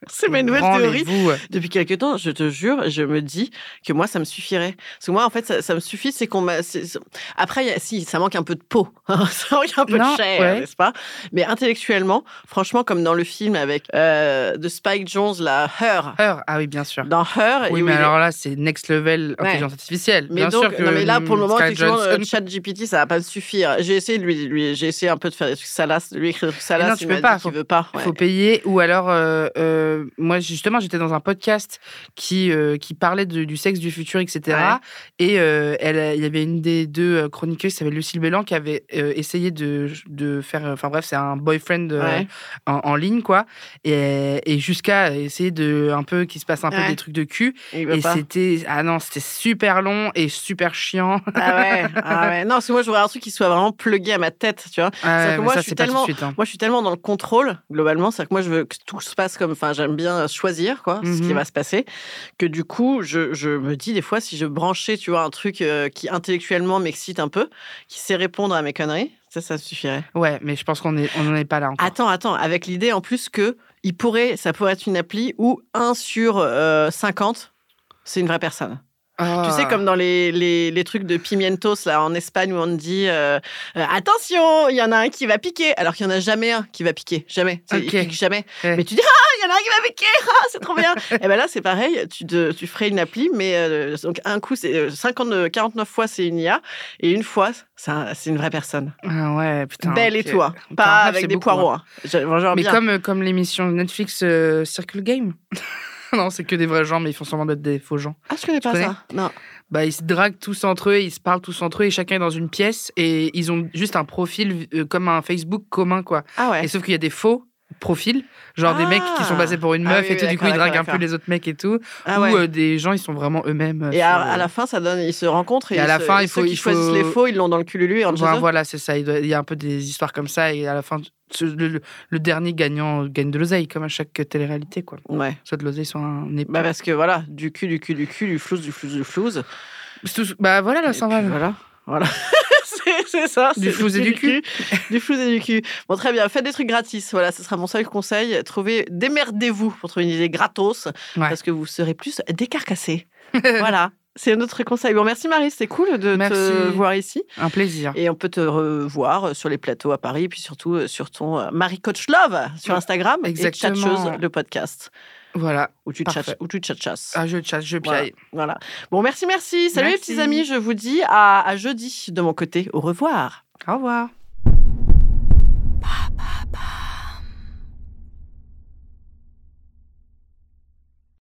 [SPEAKER 1] C'est ma nouvelle théorie.
[SPEAKER 2] Branlez-vous.
[SPEAKER 1] Depuis quelque temps, je te jure, je me dis que moi, ça me suffirait. Parce que moi, en fait, ça, ça me suffit, c'est qu'on m'a. c'est- c'est- Après, il y a- si, ça manque un peu de peau, *laughs* ça manque un peu
[SPEAKER 2] Non,
[SPEAKER 1] de chair,
[SPEAKER 2] ouais.
[SPEAKER 1] n'est-ce pas Mais intellectuellement, franchement, comme dans le film avec euh, de Spike Jones, la Her,
[SPEAKER 2] Heure. Ah oui, bien sûr.
[SPEAKER 1] dans Her,
[SPEAKER 2] Oui,
[SPEAKER 1] et où
[SPEAKER 2] mais
[SPEAKER 1] il est-
[SPEAKER 2] alors là, c'est next level
[SPEAKER 1] Ouais.
[SPEAKER 2] intelligence artificielle.
[SPEAKER 1] Mais
[SPEAKER 2] Bien
[SPEAKER 1] donc,
[SPEAKER 2] sûr que
[SPEAKER 1] non, mais là, pour le moment,
[SPEAKER 2] Scarlett
[SPEAKER 1] effectivement,
[SPEAKER 2] Johansson-
[SPEAKER 1] le chat GPT, ça va pas me suffire. J'ai essayé de lui, lui- j'ai essayé un peu de faire des trucs salaces, de lui écrire des trucs salaces.
[SPEAKER 2] non, tu
[SPEAKER 1] il
[SPEAKER 2] peux
[SPEAKER 1] m'a
[SPEAKER 2] pas,
[SPEAKER 1] dit qu'il
[SPEAKER 2] faut-
[SPEAKER 1] veut pas. ouais.
[SPEAKER 2] faut payer. Ou alors, euh, euh, moi, justement, j'étais dans un podcast qui, euh, qui parlait de- du sexe du futur, etc. Et euh, elle, il y avait une des deux euh, chroniqueuses qui s'appelle Lucille Bélan qui avait euh, essayé de, de faire. Enfin bref, c'est un boyfriend euh,
[SPEAKER 1] Ouais.
[SPEAKER 2] en, en ligne, quoi. Et, et jusqu'à essayer de. Un peu, qu'il se passe un peu
[SPEAKER 1] Ouais.
[SPEAKER 2] des trucs de cul.
[SPEAKER 1] Il veut
[SPEAKER 2] Et
[SPEAKER 1] pas.
[SPEAKER 2] c'était. Ah non, c'était super long et super chiant.
[SPEAKER 1] Ah ouais, ah ouais. Non, parce que moi, je voudrais un truc qui soit vraiment plugué à ma tête, tu vois.
[SPEAKER 2] Ah
[SPEAKER 1] que
[SPEAKER 2] *laughs* ouais, mais
[SPEAKER 1] moi,
[SPEAKER 2] ça,
[SPEAKER 1] je suis
[SPEAKER 2] c'est pas tout de
[SPEAKER 1] tellement-
[SPEAKER 2] suite, hein.
[SPEAKER 1] Moi, je suis tellement dans le contrôle, globalement. C'est-à-dire que moi, je veux que tout se passe comme. Enfin, j'aime bien choisir, quoi, ce qui
[SPEAKER 2] Mhm.
[SPEAKER 1] va se passer. Que du coup, je, je me dis des fois, si je branchais, tu vois, un truc euh, qui intellectuellement m'excite un peu, qui sait répondre à mes conneries, ça, ça suffirait.
[SPEAKER 2] Ouais, mais je pense qu'on est, on n'en est pas là encore.
[SPEAKER 1] Attends, attends, avec l'idée en plus que il pourrait, ça pourrait être une appli où 1 sur euh, 50, c'est une vraie personne.
[SPEAKER 2] Ah.
[SPEAKER 1] Tu sais, comme dans les, les, les trucs de pimientos, là, en Espagne, où on te dit euh, euh, attention, il y en a un qui va piquer, alors qu'il n'y en a jamais un qui va piquer, jamais. Tu sais,
[SPEAKER 2] Ok. Eh.
[SPEAKER 1] Il pique jamais.
[SPEAKER 2] Ouais.
[SPEAKER 1] Mais tu dis, ah, il y en a un qui va piquer, *laughs* ah, c'est trop
[SPEAKER 2] *laughs*
[SPEAKER 1] bien. Et ben là, c'est pareil, tu, te- tu ferais une appli, mais euh, donc un coup, c'est euh, 50 49 fois, c'est une IA, et une fois, c'est un- c'est une vraie personne.
[SPEAKER 2] Ah ouais, putain.
[SPEAKER 1] Belle et
[SPEAKER 2] ok.
[SPEAKER 1] toi, pas
[SPEAKER 2] rêve, c'est
[SPEAKER 1] avec des
[SPEAKER 2] beaucoup,
[SPEAKER 1] poireaux. hein. Je- genre
[SPEAKER 2] Mais
[SPEAKER 1] bien.
[SPEAKER 2] comme, euh, comme l'émission Netflix euh, Circle Game. *laughs* non, c'est que des vrais gens, mais ils font semblant d'être des faux gens.
[SPEAKER 1] Ah, je connais pas
[SPEAKER 2] connais
[SPEAKER 1] ça. Non.
[SPEAKER 2] Bah, ils se draguent tous entre eux, ils se parlent tous entre eux, et chacun est dans une pièce, et ils ont juste un profil euh, comme un Facebook commun, quoi.
[SPEAKER 1] Ah ouais.
[SPEAKER 2] Et sauf qu'il y a des faux profils, genre des
[SPEAKER 1] Ah.
[SPEAKER 2] mecs qui sont passés pour une
[SPEAKER 1] Ah
[SPEAKER 2] meuf,
[SPEAKER 1] oui,
[SPEAKER 2] et tout,
[SPEAKER 1] oui,
[SPEAKER 2] du coup,
[SPEAKER 1] d'accord,
[SPEAKER 2] ils draguent un
[SPEAKER 1] d'accord,
[SPEAKER 2] peu les autres mecs et tout.
[SPEAKER 1] Ah
[SPEAKER 2] ou
[SPEAKER 1] ouais.
[SPEAKER 2] euh, des gens, ils sont vraiment eux-mêmes. euh,
[SPEAKER 1] et à,
[SPEAKER 2] sur,
[SPEAKER 1] à
[SPEAKER 2] euh,
[SPEAKER 1] la fin, ça donne, ils se rencontrent et,
[SPEAKER 2] Et à
[SPEAKER 1] ils
[SPEAKER 2] la
[SPEAKER 1] se-
[SPEAKER 2] fin,
[SPEAKER 1] et
[SPEAKER 2] il
[SPEAKER 1] ceux
[SPEAKER 2] faut-
[SPEAKER 1] qui
[SPEAKER 2] il
[SPEAKER 1] choisissent
[SPEAKER 2] faut-
[SPEAKER 1] les faux, ils l'ont dans le cululu et en
[SPEAKER 2] Voilà,
[SPEAKER 1] voilà,
[SPEAKER 2] voilà, c'est ça. Il doit- il y a un peu des histoires comme ça, et à la fin, ce- le, le dernier gagnant gagne de l'oseille, comme à chaque télé-réalité, quoi.
[SPEAKER 1] Ouais.
[SPEAKER 2] Soit de l'oseille, soit un épée.
[SPEAKER 1] Bah parce que voilà, du cul, du cul, du cul, du flouze, du flouze, du flouze.
[SPEAKER 2] C'est tout- Bah voilà,
[SPEAKER 1] Et
[SPEAKER 2] là, ça
[SPEAKER 1] puis
[SPEAKER 2] va.
[SPEAKER 1] Voilà. Voilà. *laughs* c'est c'est ça.
[SPEAKER 2] Du
[SPEAKER 1] c'est
[SPEAKER 2] flouze et du cul.
[SPEAKER 1] Du flouze et du cul. Bon, très bien. Faites des trucs gratis. Voilà, ce sera mon seul conseil. Trouvez, démerdez-vous pour trouver une idée gratos parce que vous serez plus
[SPEAKER 2] *laughs*
[SPEAKER 1] décarcassé. voilà. C'est notre conseil. Bon, merci Marie, c'était cool de te
[SPEAKER 2] Merci.
[SPEAKER 1] voir ici.
[SPEAKER 2] Un plaisir.
[SPEAKER 1] Et on peut te revoir euh, sur les plateaux à Paris, puis surtout euh, sur ton euh, Marie Coach Love sur Instagram
[SPEAKER 2] Exactement.
[SPEAKER 1] et Chatcheuse, le podcast,
[SPEAKER 2] Voilà.
[SPEAKER 1] où tu
[SPEAKER 2] Parfait.
[SPEAKER 1] tchatches- où tu tchatchasses.
[SPEAKER 2] Ah, je chasse, je
[SPEAKER 1] Voilà.
[SPEAKER 2] piaille.
[SPEAKER 1] Voilà. Bon, merci, merci. Salut
[SPEAKER 2] Merci.
[SPEAKER 1] les petits amis, je vous dis à, à jeudi de mon côté. Au revoir.
[SPEAKER 2] Au revoir.